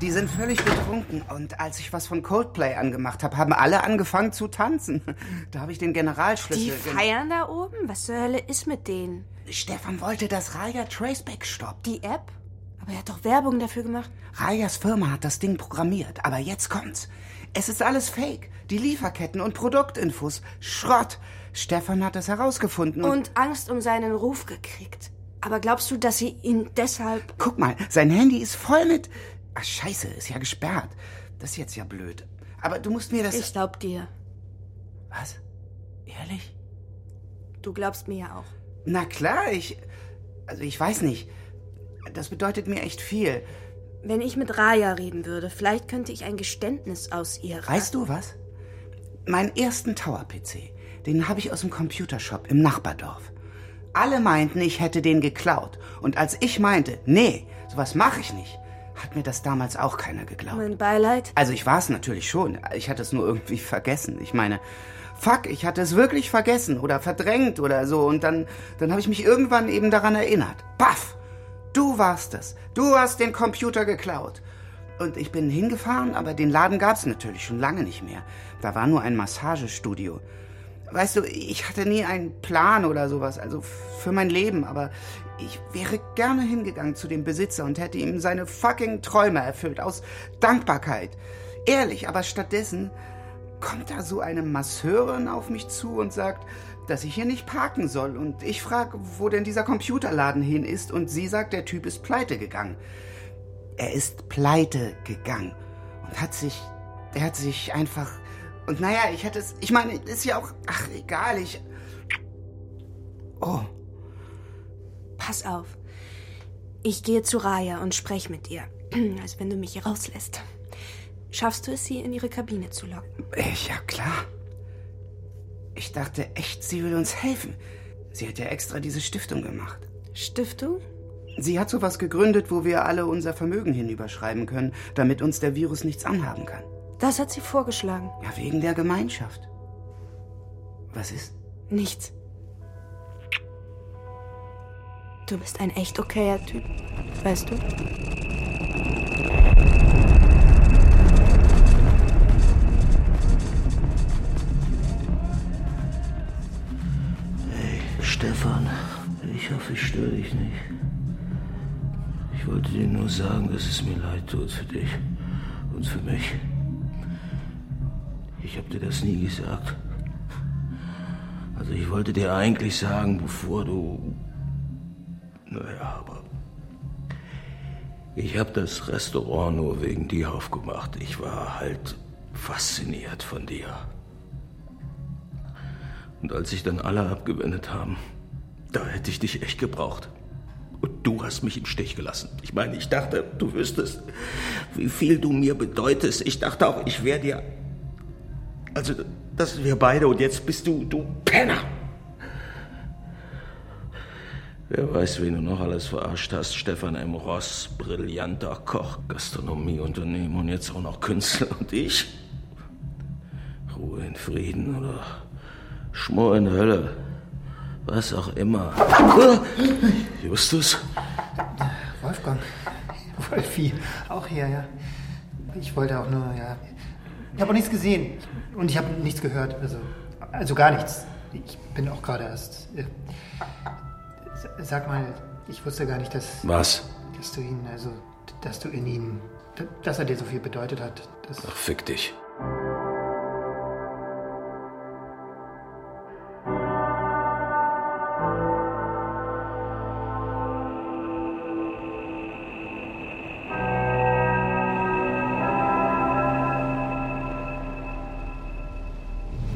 S4: Die sind völlig betrunken und als ich was von Coldplay angemacht habe, haben alle angefangen zu tanzen. Da habe ich den Generalschlüssel.
S10: Die
S4: gen-
S10: feiern da oben? Was zur Hölle ist mit denen?
S4: Stefan wollte, dass Raya Traceback stoppt.
S10: Die App? Aber er hat doch Werbung dafür gemacht.
S4: Rayas Firma hat das Ding programmiert, aber jetzt kommt's. Es ist alles Fake. Die Lieferketten und Produktinfos. Schrott. Stefan hat es herausgefunden und,
S10: Und Angst um seinen Ruf gekriegt. Aber glaubst du, dass sie ihn deshalb...
S4: Guck mal, sein Handy ist voll mit... Ach, scheiße, ist ja gesperrt. Das ist jetzt ja blöd. Aber du musst mir das...
S10: Ich glaub dir.
S4: Was? Ehrlich?
S10: Du glaubst mir ja auch.
S4: Na klar, ich... Also ich weiß nicht. Das bedeutet mir echt viel.
S10: Wenn ich mit Raya reden würde, vielleicht könnte ich ein Geständnis aus ihr...
S4: Weißt du was? Meinen ersten Tower-PC, den habe ich aus dem Computershop im Nachbardorf. Alle meinten, ich hätte den geklaut. Und als ich meinte, nee, sowas mache ich nicht, hat mir das damals auch keiner geglaubt.
S10: Mein Beileid?
S4: Also ich war es natürlich schon. Ich hatte es nur irgendwie vergessen. Ich meine, fuck, ich hatte es wirklich vergessen oder verdrängt oder so. Und dann, dann habe ich mich irgendwann eben daran erinnert. Paff! Du warst es. Du hast den Computer geklaut. Und ich bin hingefahren, aber den Laden gab es natürlich schon lange nicht mehr. Da war nur ein Massagestudio. Weißt du, ich hatte nie einen Plan oder sowas, also f- für mein Leben, aber ich wäre gerne hingegangen zu dem Besitzer und hätte ihm seine fucking Träume erfüllt, aus Dankbarkeit. Ehrlich, aber stattdessen kommt da so eine Masseurin auf mich zu und sagt, dass ich hier nicht parken soll. Und ich frage, wo denn dieser Computerladen hin ist, und sie sagt, der Typ ist pleite gegangen. Er ist pleite gegangen und hat sich, er hat sich einfach und naja, ich hätte es, ich meine, ist ja auch, ach egal, ich Oh.
S10: Pass auf. Ich gehe zu Raya und spreche mit ihr. Also wenn du mich hier rauslässt. Schaffst du es, sie in ihre Kabine zu locken?
S4: Ich, äh, ja klar. Ich dachte echt, sie will uns helfen. Sie hat ja extra diese Stiftung gemacht.
S10: Stiftung?
S4: Sie hat sowas gegründet, wo wir alle unser Vermögen hinüberschreiben können, damit uns der Virus nichts anhaben kann.
S10: Das hat sie vorgeschlagen.
S4: Ja, wegen der Gemeinschaft. Was ist?
S10: Nichts. Du bist ein echt okayer Typ, weißt du?
S2: Stefan, ich hoffe, ich störe dich nicht. Ich wollte dir nur sagen, dass es mir leid tut für dich und für mich. Ich habe dir das nie gesagt. Also ich wollte dir eigentlich sagen, bevor du... Naja, aber... Ich habe das Restaurant nur wegen dir aufgemacht. Ich war halt fasziniert von dir. Und als sich dann alle abgewendet haben, da hätte ich dich echt gebraucht. Und du hast mich im Stich gelassen. Ich meine, ich dachte, du wüsstest, wie viel du mir bedeutest. Ich dachte auch, ich wäre dir. Also, das sind wir beide und jetzt bist du, du Penner! Wer weiß, wen du noch alles verarscht hast. Stefan M. Ross, brillanter Koch, Gastronomieunternehmen und jetzt auch noch Künstler und ich? Ruhe in Frieden oder Schmor in Hölle. Was auch immer. Justus?
S5: Wolfgang. Wolfi. Auch hier, ja. Ich wollte auch nur, ja. Ich habe auch nichts gesehen. Und ich habe nichts gehört. Also, also gar nichts. Ich bin auch gerade erst. Äh, s- sag mal, ich wusste gar nicht, dass.
S11: Was?
S5: Dass du ihn, also. Dass du in ihn. Dass er dir so viel bedeutet hat. Das,
S11: Ach, fick dich.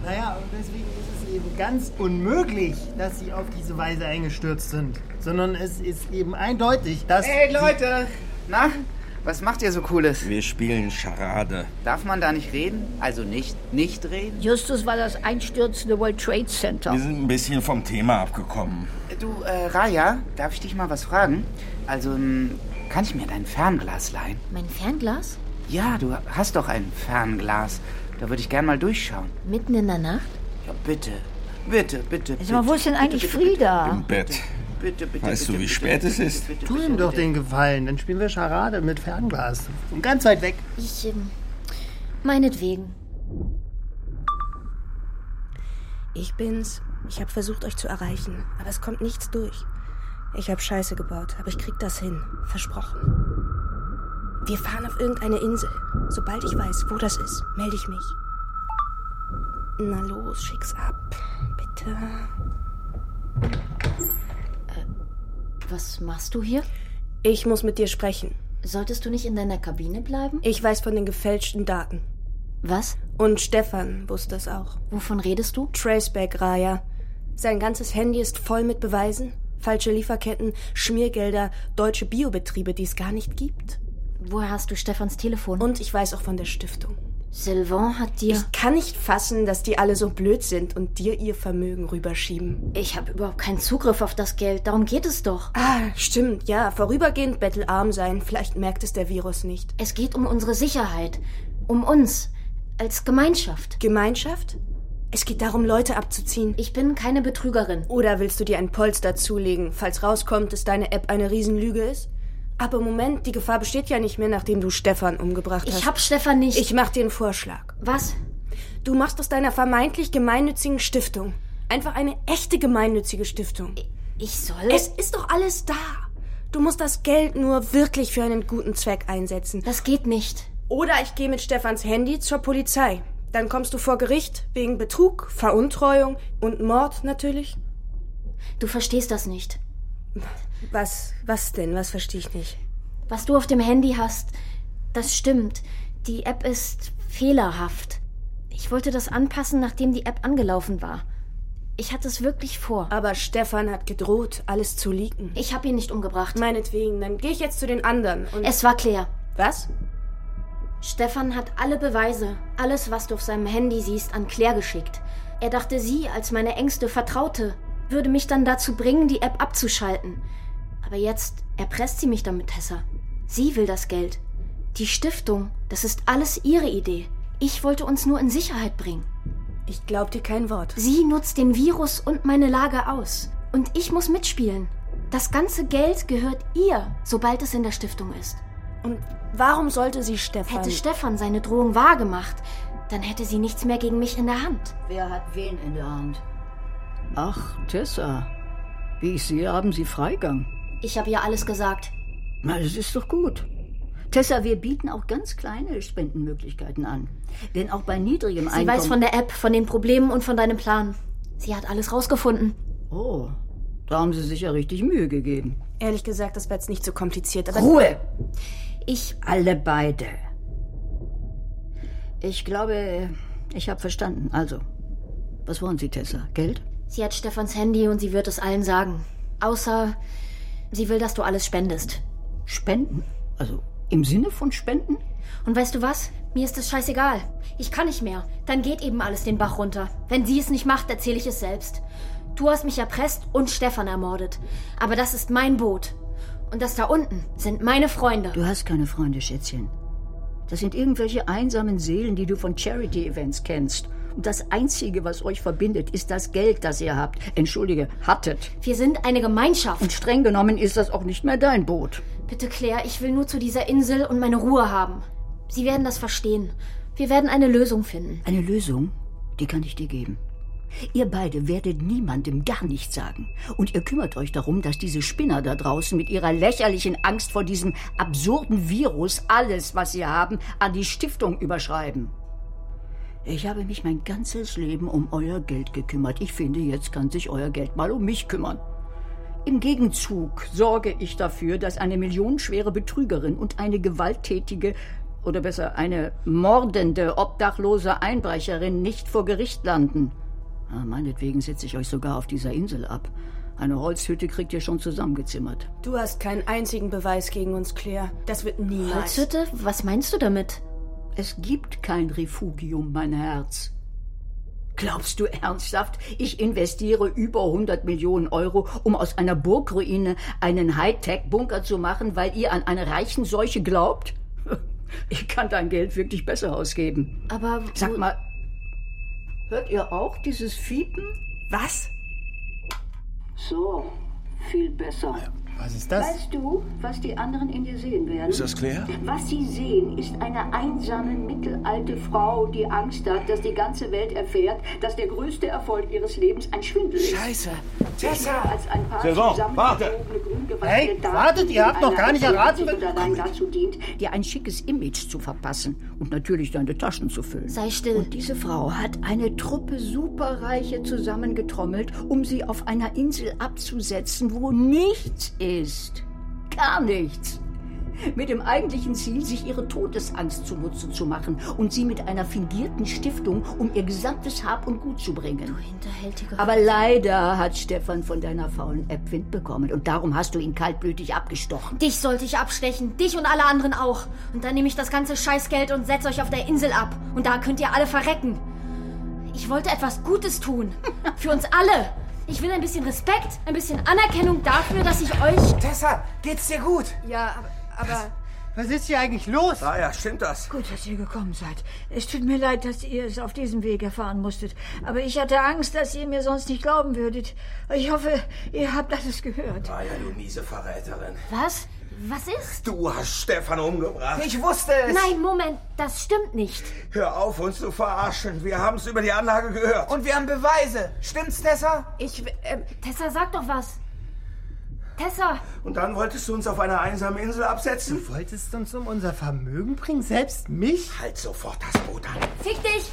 S5: Naja, und deswegen ist es eben ganz unmöglich, dass sie auf diese Weise eingestürzt sind. Sondern es ist eben eindeutig, dass.
S4: Hey Leute! Na? Was macht ihr so cooles?
S16: Wir spielen Charade.
S4: Darf man da nicht reden? Also nicht, nicht reden?
S8: Justus war das einstürzende World Trade Center.
S16: Wir sind ein bisschen vom Thema abgekommen.
S4: Du, äh, Raya, darf ich dich mal was fragen? Also, ähm, kann ich mir dein Fernglas leihen?
S6: Mein Fernglas?
S4: Ja, du hast doch ein Fernglas. Da würde ich gern mal durchschauen.
S6: Mitten in der Nacht?
S4: Ja, bitte. Bitte, bitte.
S8: Sag mal, wo ist denn eigentlich Frieda?
S11: Bett.
S4: Bitte, bitte.
S11: Weißt du, wie spät es ist?
S5: Tu ihm doch den Gefallen, dann spielen wir Charade mit Fernglas. Und ganz weit weg.
S6: Ich, ähm, meinetwegen.
S10: Ich bin's. Ich habe versucht, euch zu erreichen, aber es kommt nichts durch. Ich habe Scheiße gebaut, aber ich krieg das hin. Versprochen. Wir fahren auf irgendeine Insel. Sobald ich weiß, wo das ist, melde ich mich. Na los, schick's ab. Bitte.
S6: Äh, Was machst du hier?
S10: Ich muss mit dir sprechen.
S6: Solltest du nicht in deiner Kabine bleiben?
S10: Ich weiß von den gefälschten Daten.
S6: Was?
S10: Und Stefan wusste es auch.
S6: Wovon redest du?
S10: Traceback, Raya. Sein ganzes Handy ist voll mit Beweisen. Falsche Lieferketten, Schmiergelder, deutsche Biobetriebe, die es gar nicht gibt.
S6: Woher hast du Stefans Telefon?
S10: Und ich weiß auch von der Stiftung.
S6: Sylvain hat dir.
S10: Ich kann nicht fassen, dass die alle so blöd sind und dir ihr Vermögen rüberschieben.
S6: Ich habe überhaupt keinen Zugriff auf das Geld, darum geht es doch.
S10: Ah, stimmt, ja. Vorübergehend bettelarm sein. Vielleicht merkt es der Virus nicht.
S6: Es geht um unsere Sicherheit. Um uns. Als Gemeinschaft.
S10: Gemeinschaft? Es geht darum, Leute abzuziehen.
S6: Ich bin keine Betrügerin.
S10: Oder willst du dir ein Polster zulegen, falls rauskommt, dass deine App eine Riesenlüge ist? Aber Moment, die Gefahr besteht ja nicht mehr, nachdem du Stefan umgebracht hast.
S6: Ich hab Stefan nicht.
S10: Ich mach dir einen Vorschlag.
S6: Was?
S10: Du machst aus deiner vermeintlich gemeinnützigen Stiftung einfach eine echte gemeinnützige Stiftung.
S6: Ich soll.
S10: Es ist doch alles da. Du musst das Geld nur wirklich für einen guten Zweck einsetzen.
S6: Das geht nicht.
S10: Oder ich gehe mit Stefans Handy zur Polizei. Dann kommst du vor Gericht wegen Betrug, Veruntreuung und Mord natürlich.
S6: Du verstehst das nicht.
S10: Was, was denn? Was verstehe ich nicht?
S6: Was du auf dem Handy hast, das stimmt. Die App ist fehlerhaft. Ich wollte das anpassen, nachdem die App angelaufen war. Ich hatte es wirklich vor.
S10: Aber Stefan hat gedroht, alles zu leaken.
S6: Ich habe ihn nicht umgebracht.
S10: Meinetwegen, dann gehe ich jetzt zu den anderen und.
S6: Es war Claire.
S10: Was?
S6: Stefan hat alle Beweise, alles, was du auf seinem Handy siehst, an Claire geschickt. Er dachte, sie als meine engste Vertraute würde mich dann dazu bringen, die App abzuschalten. Aber jetzt erpresst sie mich damit, Tessa. Sie will das Geld. Die Stiftung, das ist alles ihre Idee. Ich wollte uns nur in Sicherheit bringen.
S10: Ich glaub dir kein Wort.
S6: Sie nutzt den Virus und meine Lage aus. Und ich muss mitspielen. Das ganze Geld gehört ihr, sobald es in der Stiftung ist.
S10: Und warum sollte sie Stefan?
S6: Hätte Stefan seine Drohung wahrgemacht, dann hätte sie nichts mehr gegen mich in der Hand.
S8: Wer hat wen in der Hand? Ach, Tessa. Wie ich sehe, haben Sie Freigang.
S6: Ich habe ihr alles gesagt.
S8: Na, das ist doch gut. Tessa, wir bieten auch ganz kleine Spendenmöglichkeiten an. Denn auch bei niedrigem
S6: Sie
S8: Einkommen.
S6: weiß von der App, von den Problemen und von deinem Plan. Sie hat alles rausgefunden.
S8: Oh, da haben Sie sich ja richtig Mühe gegeben.
S10: Ehrlich gesagt, das war jetzt nicht so kompliziert. Aber
S8: Ruhe!
S6: Ich.
S8: Alle beide. Ich glaube, ich habe verstanden. Also, was wollen Sie, Tessa? Geld?
S6: Sie hat Stefans Handy und sie wird es allen sagen. Außer sie will, dass du alles spendest.
S8: Spenden? Also im Sinne von Spenden?
S6: Und weißt du was? Mir ist es scheißegal. Ich kann nicht mehr. Dann geht eben alles den Bach runter. Wenn sie es nicht macht, erzähle ich es selbst. Du hast mich erpresst und Stefan ermordet. Aber das ist mein Boot. Und das da unten sind meine Freunde.
S8: Du hast keine Freunde, Schätzchen. Das sind irgendwelche einsamen Seelen, die du von Charity-Events kennst. Und das Einzige, was euch verbindet, ist das Geld, das ihr habt. Entschuldige, hattet.
S6: Wir sind eine Gemeinschaft.
S8: Und streng genommen ist das auch nicht mehr dein Boot.
S6: Bitte, Claire, ich will nur zu dieser Insel und meine Ruhe haben. Sie werden das verstehen. Wir werden eine Lösung finden.
S8: Eine Lösung, die kann ich dir geben. Ihr beide werdet niemandem gar nichts sagen. Und ihr kümmert euch darum, dass diese Spinner da draußen mit ihrer lächerlichen Angst vor diesem absurden Virus alles, was sie haben, an die Stiftung überschreiben. Ich habe mich mein ganzes Leben um euer Geld gekümmert. Ich finde, jetzt kann sich euer Geld mal um mich kümmern. Im Gegenzug sorge ich dafür, dass eine millionenschwere Betrügerin und eine gewalttätige oder besser eine mordende, obdachlose Einbrecherin nicht vor Gericht landen. Ah, Meinetwegen setze ich euch sogar auf dieser Insel ab. Eine Holzhütte kriegt ihr schon zusammengezimmert.
S10: Du hast keinen einzigen Beweis gegen uns, Claire. Das wird niemals.
S6: Holzhütte? Was meinst du damit?
S8: Halt. Es gibt kein Refugium, mein Herz. Glaubst du ernsthaft, ich investiere über 100 Millionen Euro, um aus einer Burgruine einen Hightech-Bunker zu machen, weil ihr an eine reichen Seuche glaubt? Ich kann dein Geld wirklich besser ausgeben.
S6: Aber.
S8: Sag mal, hört ihr auch dieses Fiepen?
S10: Was?
S8: So, viel besser.
S5: Was ist das?
S8: Weißt du, was die anderen in dir sehen werden?
S2: Ist das Claire?
S8: Was sie sehen, ist eine einsame, mittelalte Frau, die Angst hat, dass die ganze Welt erfährt, dass der größte Erfolg ihres Lebens ein Schwindel ist.
S17: Scheiße!
S8: Besser als ein paar
S17: Sylvain,
S8: zusammen-
S17: warte!
S5: Hey, wartet, ihr habt noch gar nicht erraten,
S8: Und allein dazu dient, dir ein schickes Image zu verpassen und natürlich deine Taschen zu füllen.
S6: Sei still.
S8: Und diese Frau hat eine Truppe Superreiche zusammengetrommelt, um sie auf einer Insel abzusetzen, wo nichts ist. Gar nichts. Mit dem eigentlichen Ziel, sich ihre Todesangst zunutze zu machen und sie mit einer fingierten Stiftung um ihr gesamtes Hab und Gut zu bringen. Du
S6: hinterhältiger.
S8: Aber leider hat Stefan von deiner faulen App Wind bekommen und darum hast du ihn kaltblütig abgestochen.
S6: Dich sollte ich abstechen, dich und alle anderen auch. Und dann nehme ich das ganze Scheißgeld und setze euch auf der Insel ab. Und da könnt ihr alle verrecken. Ich wollte etwas Gutes tun. Für uns alle. Ich will ein bisschen Respekt, ein bisschen Anerkennung dafür, dass ich euch.
S17: Tessa, geht's dir gut?
S10: Ja, aber.
S5: Was ist hier eigentlich los?
S2: Ah ja, stimmt das.
S18: Gut, dass ihr gekommen seid. Es tut mir leid, dass ihr es auf diesem Weg erfahren musstet. Aber ich hatte Angst, dass ihr mir sonst nicht glauben würdet. Ich hoffe, ihr habt alles gehört.
S2: Ah ja, du miese Verräterin.
S6: Was? Was ist?
S2: Du hast Stefan umgebracht.
S6: Nein, Moment, das stimmt nicht.
S2: Hör auf, uns zu verarschen. Wir haben es über die Anlage gehört.
S17: Und wir haben Beweise. Stimmt's, Tessa?
S6: Ich. ähm, Tessa, sag doch was. Tessa!
S2: Und dann wolltest du uns auf einer einsamen Insel absetzen.
S5: Du wolltest uns um unser Vermögen bringen? Selbst mich?
S2: Halt sofort das Boot an.
S6: Fick dich!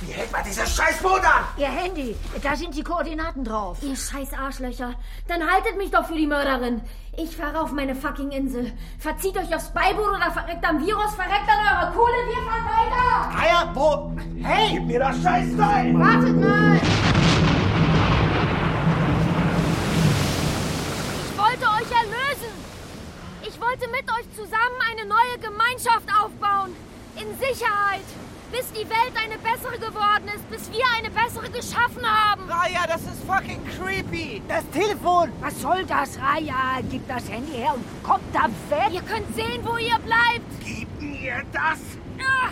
S2: Wie hält man dieses Scheißboot an?
S18: Ihr Handy, da sind die Koordinaten drauf.
S6: Ihr scheiß Arschlöcher. Dann haltet mich doch für die Mörderin. Ich fahre auf meine fucking Insel. Verzieht euch aufs Beiboot oder verreckt am Virus, verreckt an eurer Kohle, wir fahren weiter!
S5: Eier, wo?
S2: Hey! Gib mir das Scheißteil!
S6: Wartet mal! Ich wollte euch erlösen! Ich wollte mit euch zusammen eine neue Gemeinschaft aufbauen. In Sicherheit. Bis die Welt eine bessere geworden ist, bis wir eine bessere geschaffen haben.
S17: Raya, das ist fucking creepy.
S5: Das Telefon!
S18: Was soll das, Raya? Gib das Handy her und kommt da weg.
S6: Ihr könnt sehen, wo ihr bleibt.
S2: Gib mir das!
S6: Ah,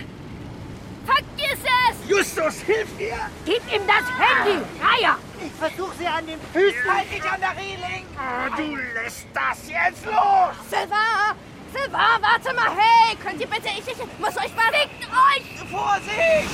S6: vergiss es!
S2: Justus, hilf mir!
S18: Gib ihm das Handy, Raya!
S5: Ich versuche sie an den Füßen.
S17: Halt dich an der Reling!
S2: Oh, du lässt das jetzt los!
S19: Silva! Silva, warte mal, hey! Könnt ihr bitte, ich, ich muss euch mal... Fickt
S9: Oh,
S19: euch!
S17: Vorsicht!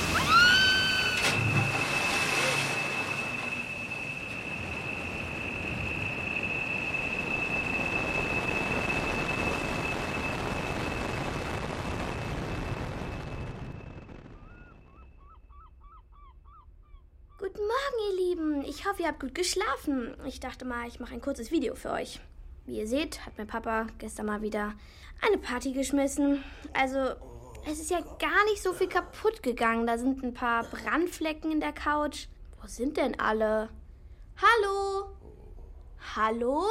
S9: Guten Morgen, ihr Lieben. Ich hoffe, ihr habt gut geschlafen. Ich dachte mal, ich mache ein kurzes Video für euch. Wie ihr seht, hat mein Papa gestern mal wieder eine Party geschmissen. Also, es ist ja gar nicht so viel kaputt gegangen. Da sind ein paar Brandflecken in der Couch. Wo sind denn alle? Hallo? Hallo?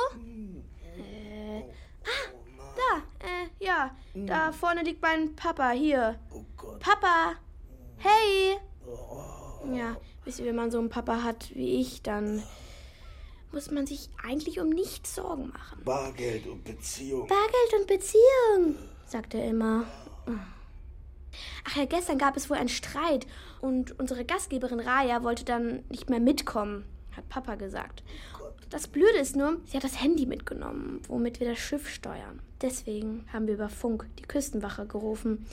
S9: Äh, ah, da, äh, ja. Da vorne liegt mein Papa, hier. Papa! Hey! Ja, wisst ihr, wenn man so einen Papa hat wie ich, dann muss man sich eigentlich um nichts Sorgen machen.
S2: Bargeld und Beziehung.
S9: Bargeld und Beziehung, sagt er immer. Ach ja, gestern gab es wohl einen Streit und unsere Gastgeberin Raya wollte dann nicht mehr mitkommen, hat Papa gesagt. Das Blöde ist nur, sie hat das Handy mitgenommen, womit wir das Schiff steuern. Deswegen haben wir über Funk die Küstenwache gerufen.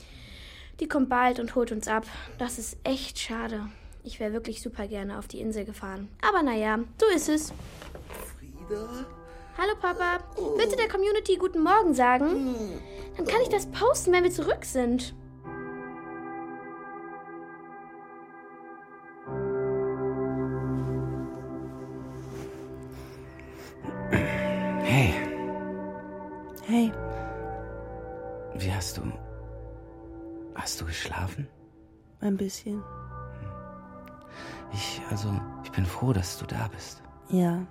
S9: Die kommt bald und holt uns ab. Das ist echt schade. Ich wäre wirklich super gerne auf die Insel gefahren. Aber naja, so ist es. Hallo Papa, willst du der Community guten Morgen sagen? Dann kann ich das posten, wenn wir zurück sind.
S4: Hey,
S10: Hey,
S4: wie hast du. Hast du geschlafen?
S10: ein bisschen.
S4: Ich, also, ich bin froh, dass du da bist.
S10: Ja.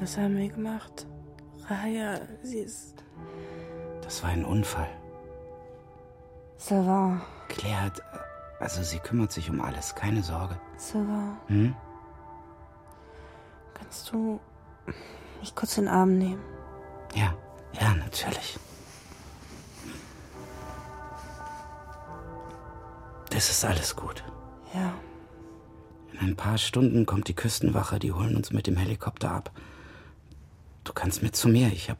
S10: Was haben wir gemacht? Raya, sie ist.
S4: Das war ein Unfall.
S10: Sylvain,
S4: Claire hat. Also, sie kümmert sich um alles, keine Sorge.
S10: Sylvain,
S4: Hm?
S10: kannst du mich kurz in den Arm nehmen?
S4: Ja, ja, natürlich. Es ist alles gut.
S10: Ja.
S4: In ein paar Stunden kommt die Küstenwache, die holen uns mit dem Helikopter ab. Du kannst mit zu mir, ich habe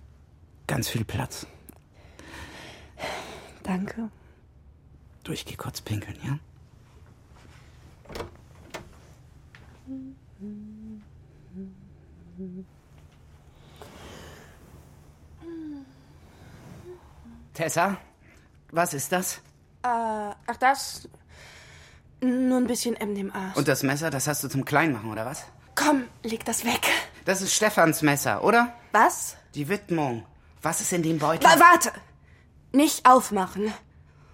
S4: ganz viel Platz.
S10: Danke.
S4: Du, ich geh kurz pinkeln, ja? Tessa, was ist das?
S10: Äh, ach das. Nur ein bisschen MDMA.
S4: Und das Messer, das hast du zum Kleinmachen, oder was?
S10: Komm, leg das weg.
S4: Das ist Stefans Messer, oder?
S10: Was?
S4: Die Widmung. Was ist in dem Beutel?
S10: Wa warte! Nicht aufmachen.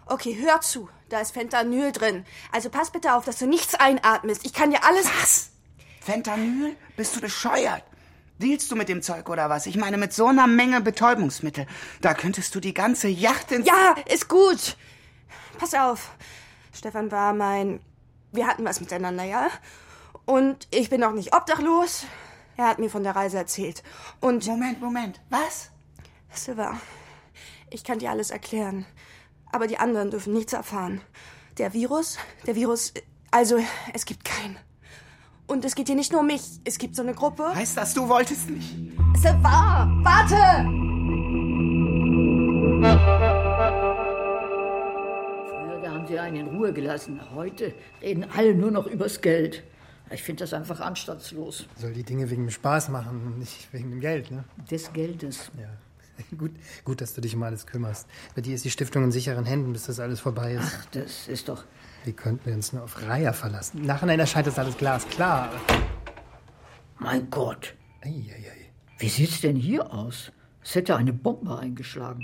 S10: Okay, hör zu. Da ist Fentanyl drin. Also pass bitte auf, dass du nichts einatmest. Ich kann dir alles.
S4: Was? Fentanyl? Bist du bescheuert? Dealst du mit dem Zeug oder was? Ich meine, mit so einer Menge Betäubungsmittel. Da könntest du die ganze Yacht in.
S10: Ja, ist gut. Pass auf. Stefan war mein. Wir hatten was miteinander, ja? Und ich bin noch nicht obdachlos. Er hat mir von der Reise erzählt. Und.
S4: Moment, Moment. Was?
S10: Silver, ich kann dir alles erklären. Aber die anderen dürfen nichts erfahren. Der Virus, der Virus. Also, es gibt keinen. Und es geht hier nicht nur um mich. Es gibt so eine Gruppe.
S4: Heißt das, du wolltest nicht?
S10: Silver, warte!
S8: Früher, da haben sie einen in Ruhe gelassen. Heute reden alle nur noch übers Geld. Ich finde das einfach anstandslos.
S5: Soll die Dinge wegen dem Spaß machen und nicht wegen dem Geld, ne?
S8: Des Geldes.
S5: Ja. Gut, gut, dass du dich um alles kümmerst. Bei dir ist die Stiftung in sicheren Händen, bis das alles vorbei ist. Ach,
S8: das ist doch.
S5: Wie könnten wir uns nur auf Raya verlassen? Nachhinein erscheint das alles glasklar.
S8: Mein Gott.
S5: Eieiei.
S8: Wie sieht's denn hier aus? Es hätte eine Bombe eingeschlagen.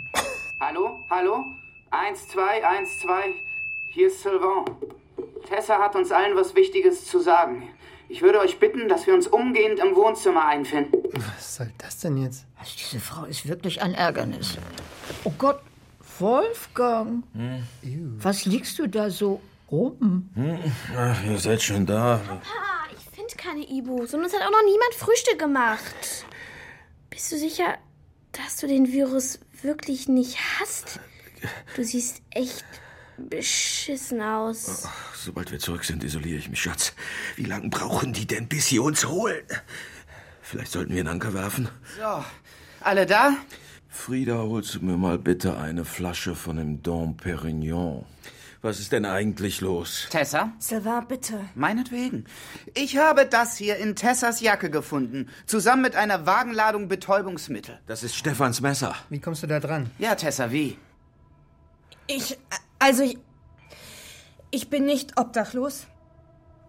S4: Hallo? Hallo? Eins, zwei, eins, zwei. Hier ist Sylvain. Tessa hat uns allen was Wichtiges zu sagen. Ich würde euch bitten, dass wir uns umgehend im Wohnzimmer einfinden.
S5: Was soll das denn jetzt?
S8: Also diese Frau ist wirklich ein Ärgernis. Oh Gott, Wolfgang.
S5: Hm.
S8: Was liegst du da so oben?
S2: Hm,
S20: Ach, ihr seid schon da.
S9: Papa, ich finde keine Ibus. Und uns hat auch noch niemand Frühstück gemacht. Bist du sicher, dass du den Virus wirklich nicht hast? Du siehst echt beschissen aus.
S2: Sobald wir zurück sind, isoliere ich mich, Schatz. Wie lange brauchen die denn, bis sie uns holen? Vielleicht sollten wir einen Anker werfen.
S4: So, alle da?
S2: Frieda, holst du mir mal bitte eine Flasche von dem Dom Perignon? Was ist denn eigentlich los?
S4: Tessa?
S10: Silver, bitte.
S4: Meinetwegen. Ich habe das hier in Tessas Jacke gefunden, zusammen mit einer Wagenladung Betäubungsmittel.
S2: Das ist Stefans Messer.
S5: Wie kommst du da dran?
S4: Ja, Tessa, wie?
S10: Ich. Also ich. Ich bin nicht obdachlos.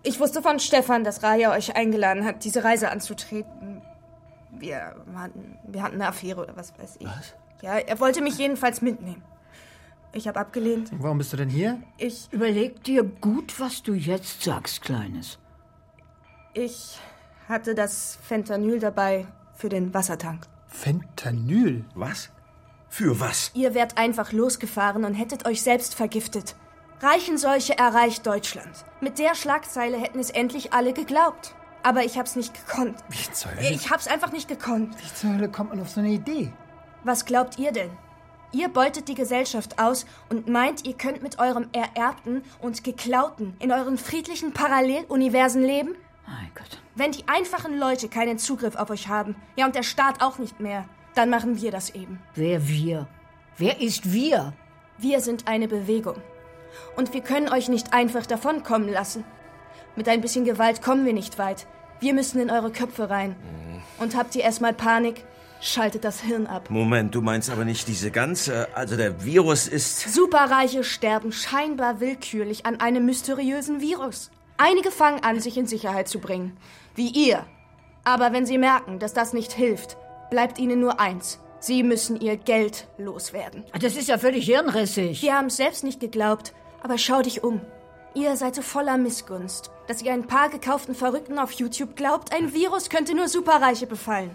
S10: Ich wusste von Stefan, dass Raya euch eingeladen hat, diese Reise anzutreten. Wir hatten, wir hatten eine Affäre oder was weiß ich. Was? Ja, er wollte mich jedenfalls mitnehmen. Ich habe abgelehnt.
S5: Warum bist du denn hier?
S10: Ich,
S8: Überleg dir gut, was du jetzt sagst, Kleines.
S10: ich hatte das Fentanyl dabei für den Wassertank.
S5: Fentanyl?
S2: Was? Für was?
S10: Ihr wärt einfach losgefahren und hättet euch selbst vergiftet. Reichenseuche erreicht Deutschland. Mit der Schlagzeile hätten es endlich alle geglaubt. Aber ich hab's nicht gekonnt.
S5: Wie zur Hölle?
S10: Ich hab's einfach nicht gekonnt.
S5: Wie zur Hölle kommt man auf so eine Idee?
S10: Was glaubt ihr denn? Ihr beutet die Gesellschaft aus und meint, ihr könnt mit eurem Ererbten und Geklauten in euren friedlichen Paralleluniversen leben?
S8: Mein Gott.
S10: Wenn die einfachen Leute keinen Zugriff auf euch haben, ja und der Staat auch nicht mehr, dann machen wir das eben.
S8: Wer wir? Wer ist wir?
S10: Wir sind eine Bewegung. Und wir können euch nicht einfach davonkommen lassen. Mit ein bisschen Gewalt kommen wir nicht weit. Wir müssen in eure Köpfe rein. Und habt ihr erstmal Panik, schaltet das Hirn ab.
S2: Moment, du meinst aber nicht diese ganze. Also der Virus ist.
S10: Superreiche sterben scheinbar willkürlich an einem mysteriösen Virus. Einige fangen an, sich in Sicherheit zu bringen. Wie ihr. Aber wenn sie merken, dass das nicht hilft, bleibt ihnen nur eins. Sie müssen ihr Geld loswerden.
S8: Ah, Das ist ja völlig hirnrissig.
S10: Wir haben es selbst nicht geglaubt, aber schau dich um. Ihr seid so voller Missgunst, dass ihr ein paar gekauften Verrückten auf YouTube glaubt, ein Virus könnte nur Superreiche befallen.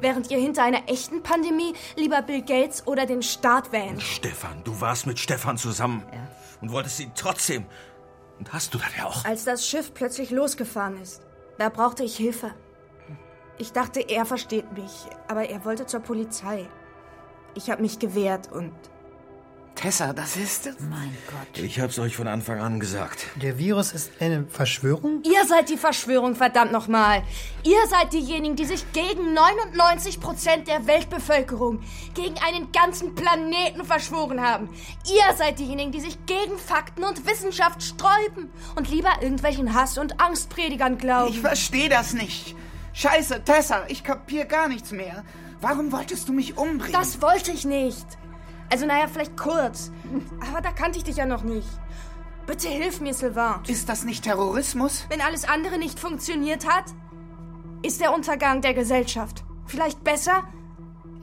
S10: Während ihr hinter einer echten Pandemie lieber Bill Gates oder den Staat wähnt.
S2: Stefan, du warst mit Stefan zusammen. Und wolltest ihn trotzdem. Und hast du dann ja auch.
S10: Als das Schiff plötzlich losgefahren ist, da brauchte ich Hilfe. Ich dachte, er versteht mich, aber er wollte zur Polizei. Ich habe mich gewehrt und
S4: Tessa, das ist es.
S8: Mein Gott.
S21: Ich hab's euch von Anfang an gesagt.
S5: Der Virus ist eine Verschwörung?
S10: Ihr seid die Verschwörung, verdammt nochmal. Ihr seid diejenigen, die sich gegen 99% der Weltbevölkerung, gegen einen ganzen Planeten verschworen haben. Ihr seid diejenigen, die sich gegen Fakten und Wissenschaft sträuben und lieber irgendwelchen Hass- und Angstpredigern glauben.
S4: Ich verstehe das nicht. Scheiße, Tessa, ich kapier gar nichts mehr. Warum wolltest du mich umbringen?
S10: Das wollte ich nicht. Also naja, vielleicht kurz. Aber da kannte ich dich ja noch nicht. Bitte hilf mir, Sylvain.
S4: Ist das nicht Terrorismus?
S10: Wenn alles andere nicht funktioniert hat, ist der Untergang der Gesellschaft. Vielleicht besser?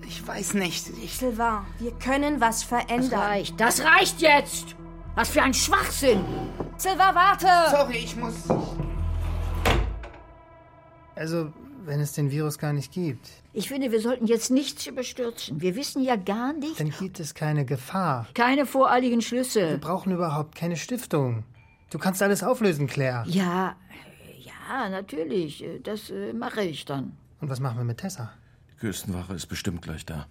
S4: Ich weiß nicht.
S10: Sylvain, wir können was verändern.
S8: Das reicht. Das reicht jetzt. Was für ein Schwachsinn.
S10: Sylvain, warte.
S4: Sorry, ich muss...
S5: Also, wenn es den Virus gar nicht gibt,
S8: Ich finde, wir sollten jetzt nichts überstürzen. Wir wissen ja gar nicht.
S5: dann gibt es keine Gefahr.
S8: Keine voreiligen Schlüsse.
S5: Wir brauchen überhaupt keine Stiftung. Du kannst alles auflösen, Claire.
S8: Ja, äh, ja, natürlich. äh, Das äh, mache ich dann.
S5: Und was machen wir mit Tessa?
S21: Die Küstenwache ist bestimmt gleich da.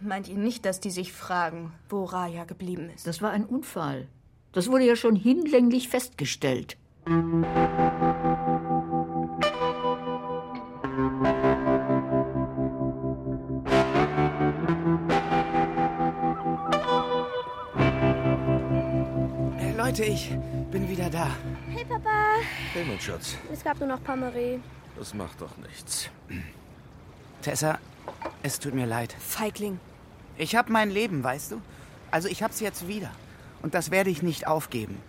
S10: Meint ihr nicht, dass die sich fragen, wo Raya geblieben ist?
S8: Das war ein Unfall. Das wurde ja schon hinlänglich festgestellt.
S4: Äh, Leute, ich bin wieder da.
S9: Hey, Papa.
S21: Helmut Schatz,
S9: Es gab nur noch Pomeré.
S21: das macht doch nichts.
S4: Tessa, es tut mir leid.
S22: Feigling.
S4: Ich habe mein Leben, weißt du? Also ich hab's jetzt wieder. Und das werde ich nicht aufgeben.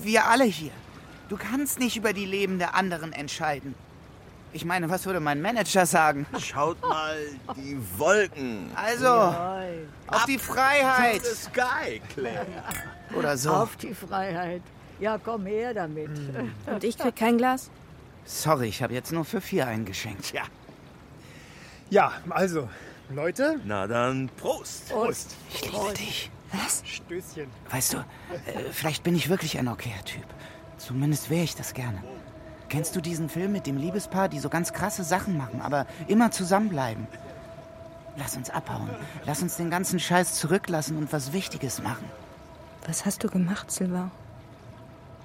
S4: Wir alle hier. Du kannst nicht über die Leben der anderen entscheiden. Ich meine, was würde mein Manager sagen?
S2: Schaut mal die Wolken.
S4: Also, auf die Freiheit.
S2: Sky, Claire.
S4: Oder so.
S8: Auf die Freiheit. Ja, komm her damit.
S22: Hm. Und ich krieg kein Glas?
S4: Sorry, ich habe jetzt nur für vier eingeschenkt. Ja.
S5: Ja, also, Leute.
S21: Na dann, Prost.
S5: Prost.
S4: Ich liebe dich.
S22: Was?
S5: Stößchen.
S4: Weißt du, äh, vielleicht bin ich wirklich ein okayer Typ. Zumindest wäre ich das gerne. Kennst du diesen Film mit dem Liebespaar, die so ganz krasse Sachen machen, aber immer zusammenbleiben? Lass uns abhauen. Lass uns den ganzen Scheiß zurücklassen und was Wichtiges machen.
S22: Was hast du gemacht, Silva?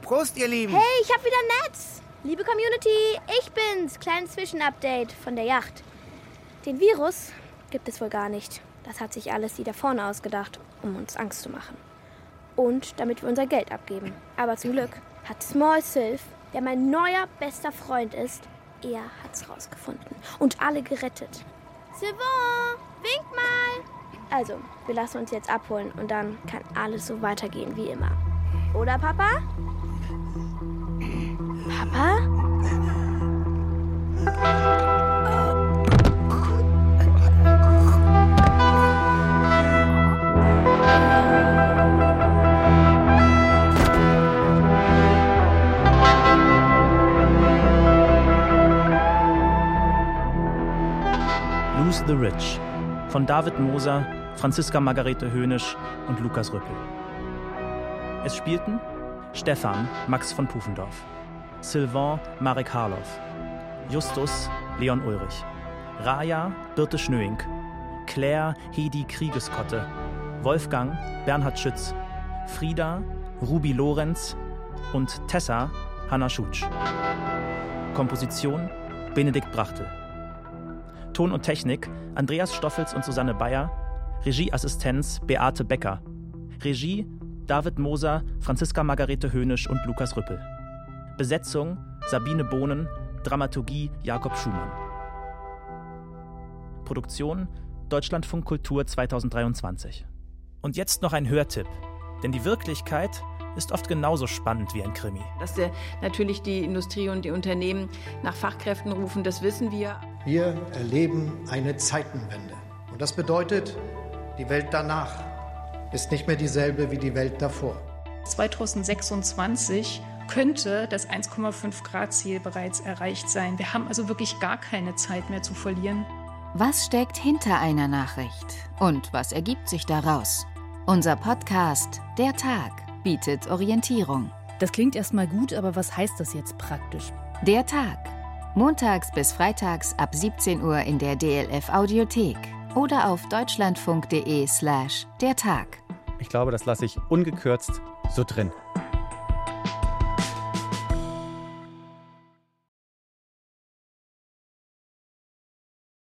S4: Prost, ihr Lieben.
S9: Hey, ich hab wieder Netz. Liebe Community, ich bin's. Kleines Zwischenupdate von der Yacht. Den Virus gibt es wohl gar nicht. Das hat sich alles die da vorne ausgedacht, um uns Angst zu machen. Und damit wir unser Geld abgeben. Aber zum Glück hat Small Sylph, der mein neuer bester Freund ist, er hat's rausgefunden und alle gerettet. Sylvain, wink mal! Also, wir lassen uns jetzt abholen und dann kann alles so weitergehen wie immer. Oder, Papa? Papa?
S7: Lose the Rich von David Moser, Franziska Margarete Höhnisch und Lukas Rüppel. Es spielten Stefan Max von Pufendorf, Sylvain Marek Harloff, Justus Leon Ulrich, Raja Birte Schnöing, Claire Hedi Kriegeskotte, Wolfgang Bernhard Schütz, Frieda Ruby Lorenz und Tessa Hanna Schutsch. Komposition Benedikt Brachtel. Ton und Technik Andreas Stoffels und Susanne Bayer, Regieassistenz Beate Becker, Regie David Moser, Franziska Margarete Höhnisch und Lukas Rüppel. Besetzung Sabine Bohnen, Dramaturgie Jakob Schumann. Produktion Deutschlandfunk Kultur 2023. Und jetzt noch ein Hörtipp, denn die Wirklichkeit ist oft genauso spannend wie ein Krimi.
S23: Dass der, natürlich die Industrie und die Unternehmen nach Fachkräften rufen, das wissen wir.
S24: Wir erleben eine Zeitenwende. Und das bedeutet, die Welt danach ist nicht mehr dieselbe wie die Welt davor.
S25: 2026 könnte das 1,5 Grad Ziel bereits erreicht sein. Wir haben also wirklich gar keine Zeit mehr zu verlieren.
S6: Was steckt hinter einer Nachricht und was ergibt sich daraus? Unser Podcast Der Tag bietet Orientierung.
S26: Das klingt erstmal gut, aber was heißt das jetzt praktisch?
S6: Der Tag. Montags bis freitags ab 17 Uhr in der DLF Audiothek oder auf deutschlandfunk.de slash der Tag.
S7: Ich glaube, das lasse ich ungekürzt so drin.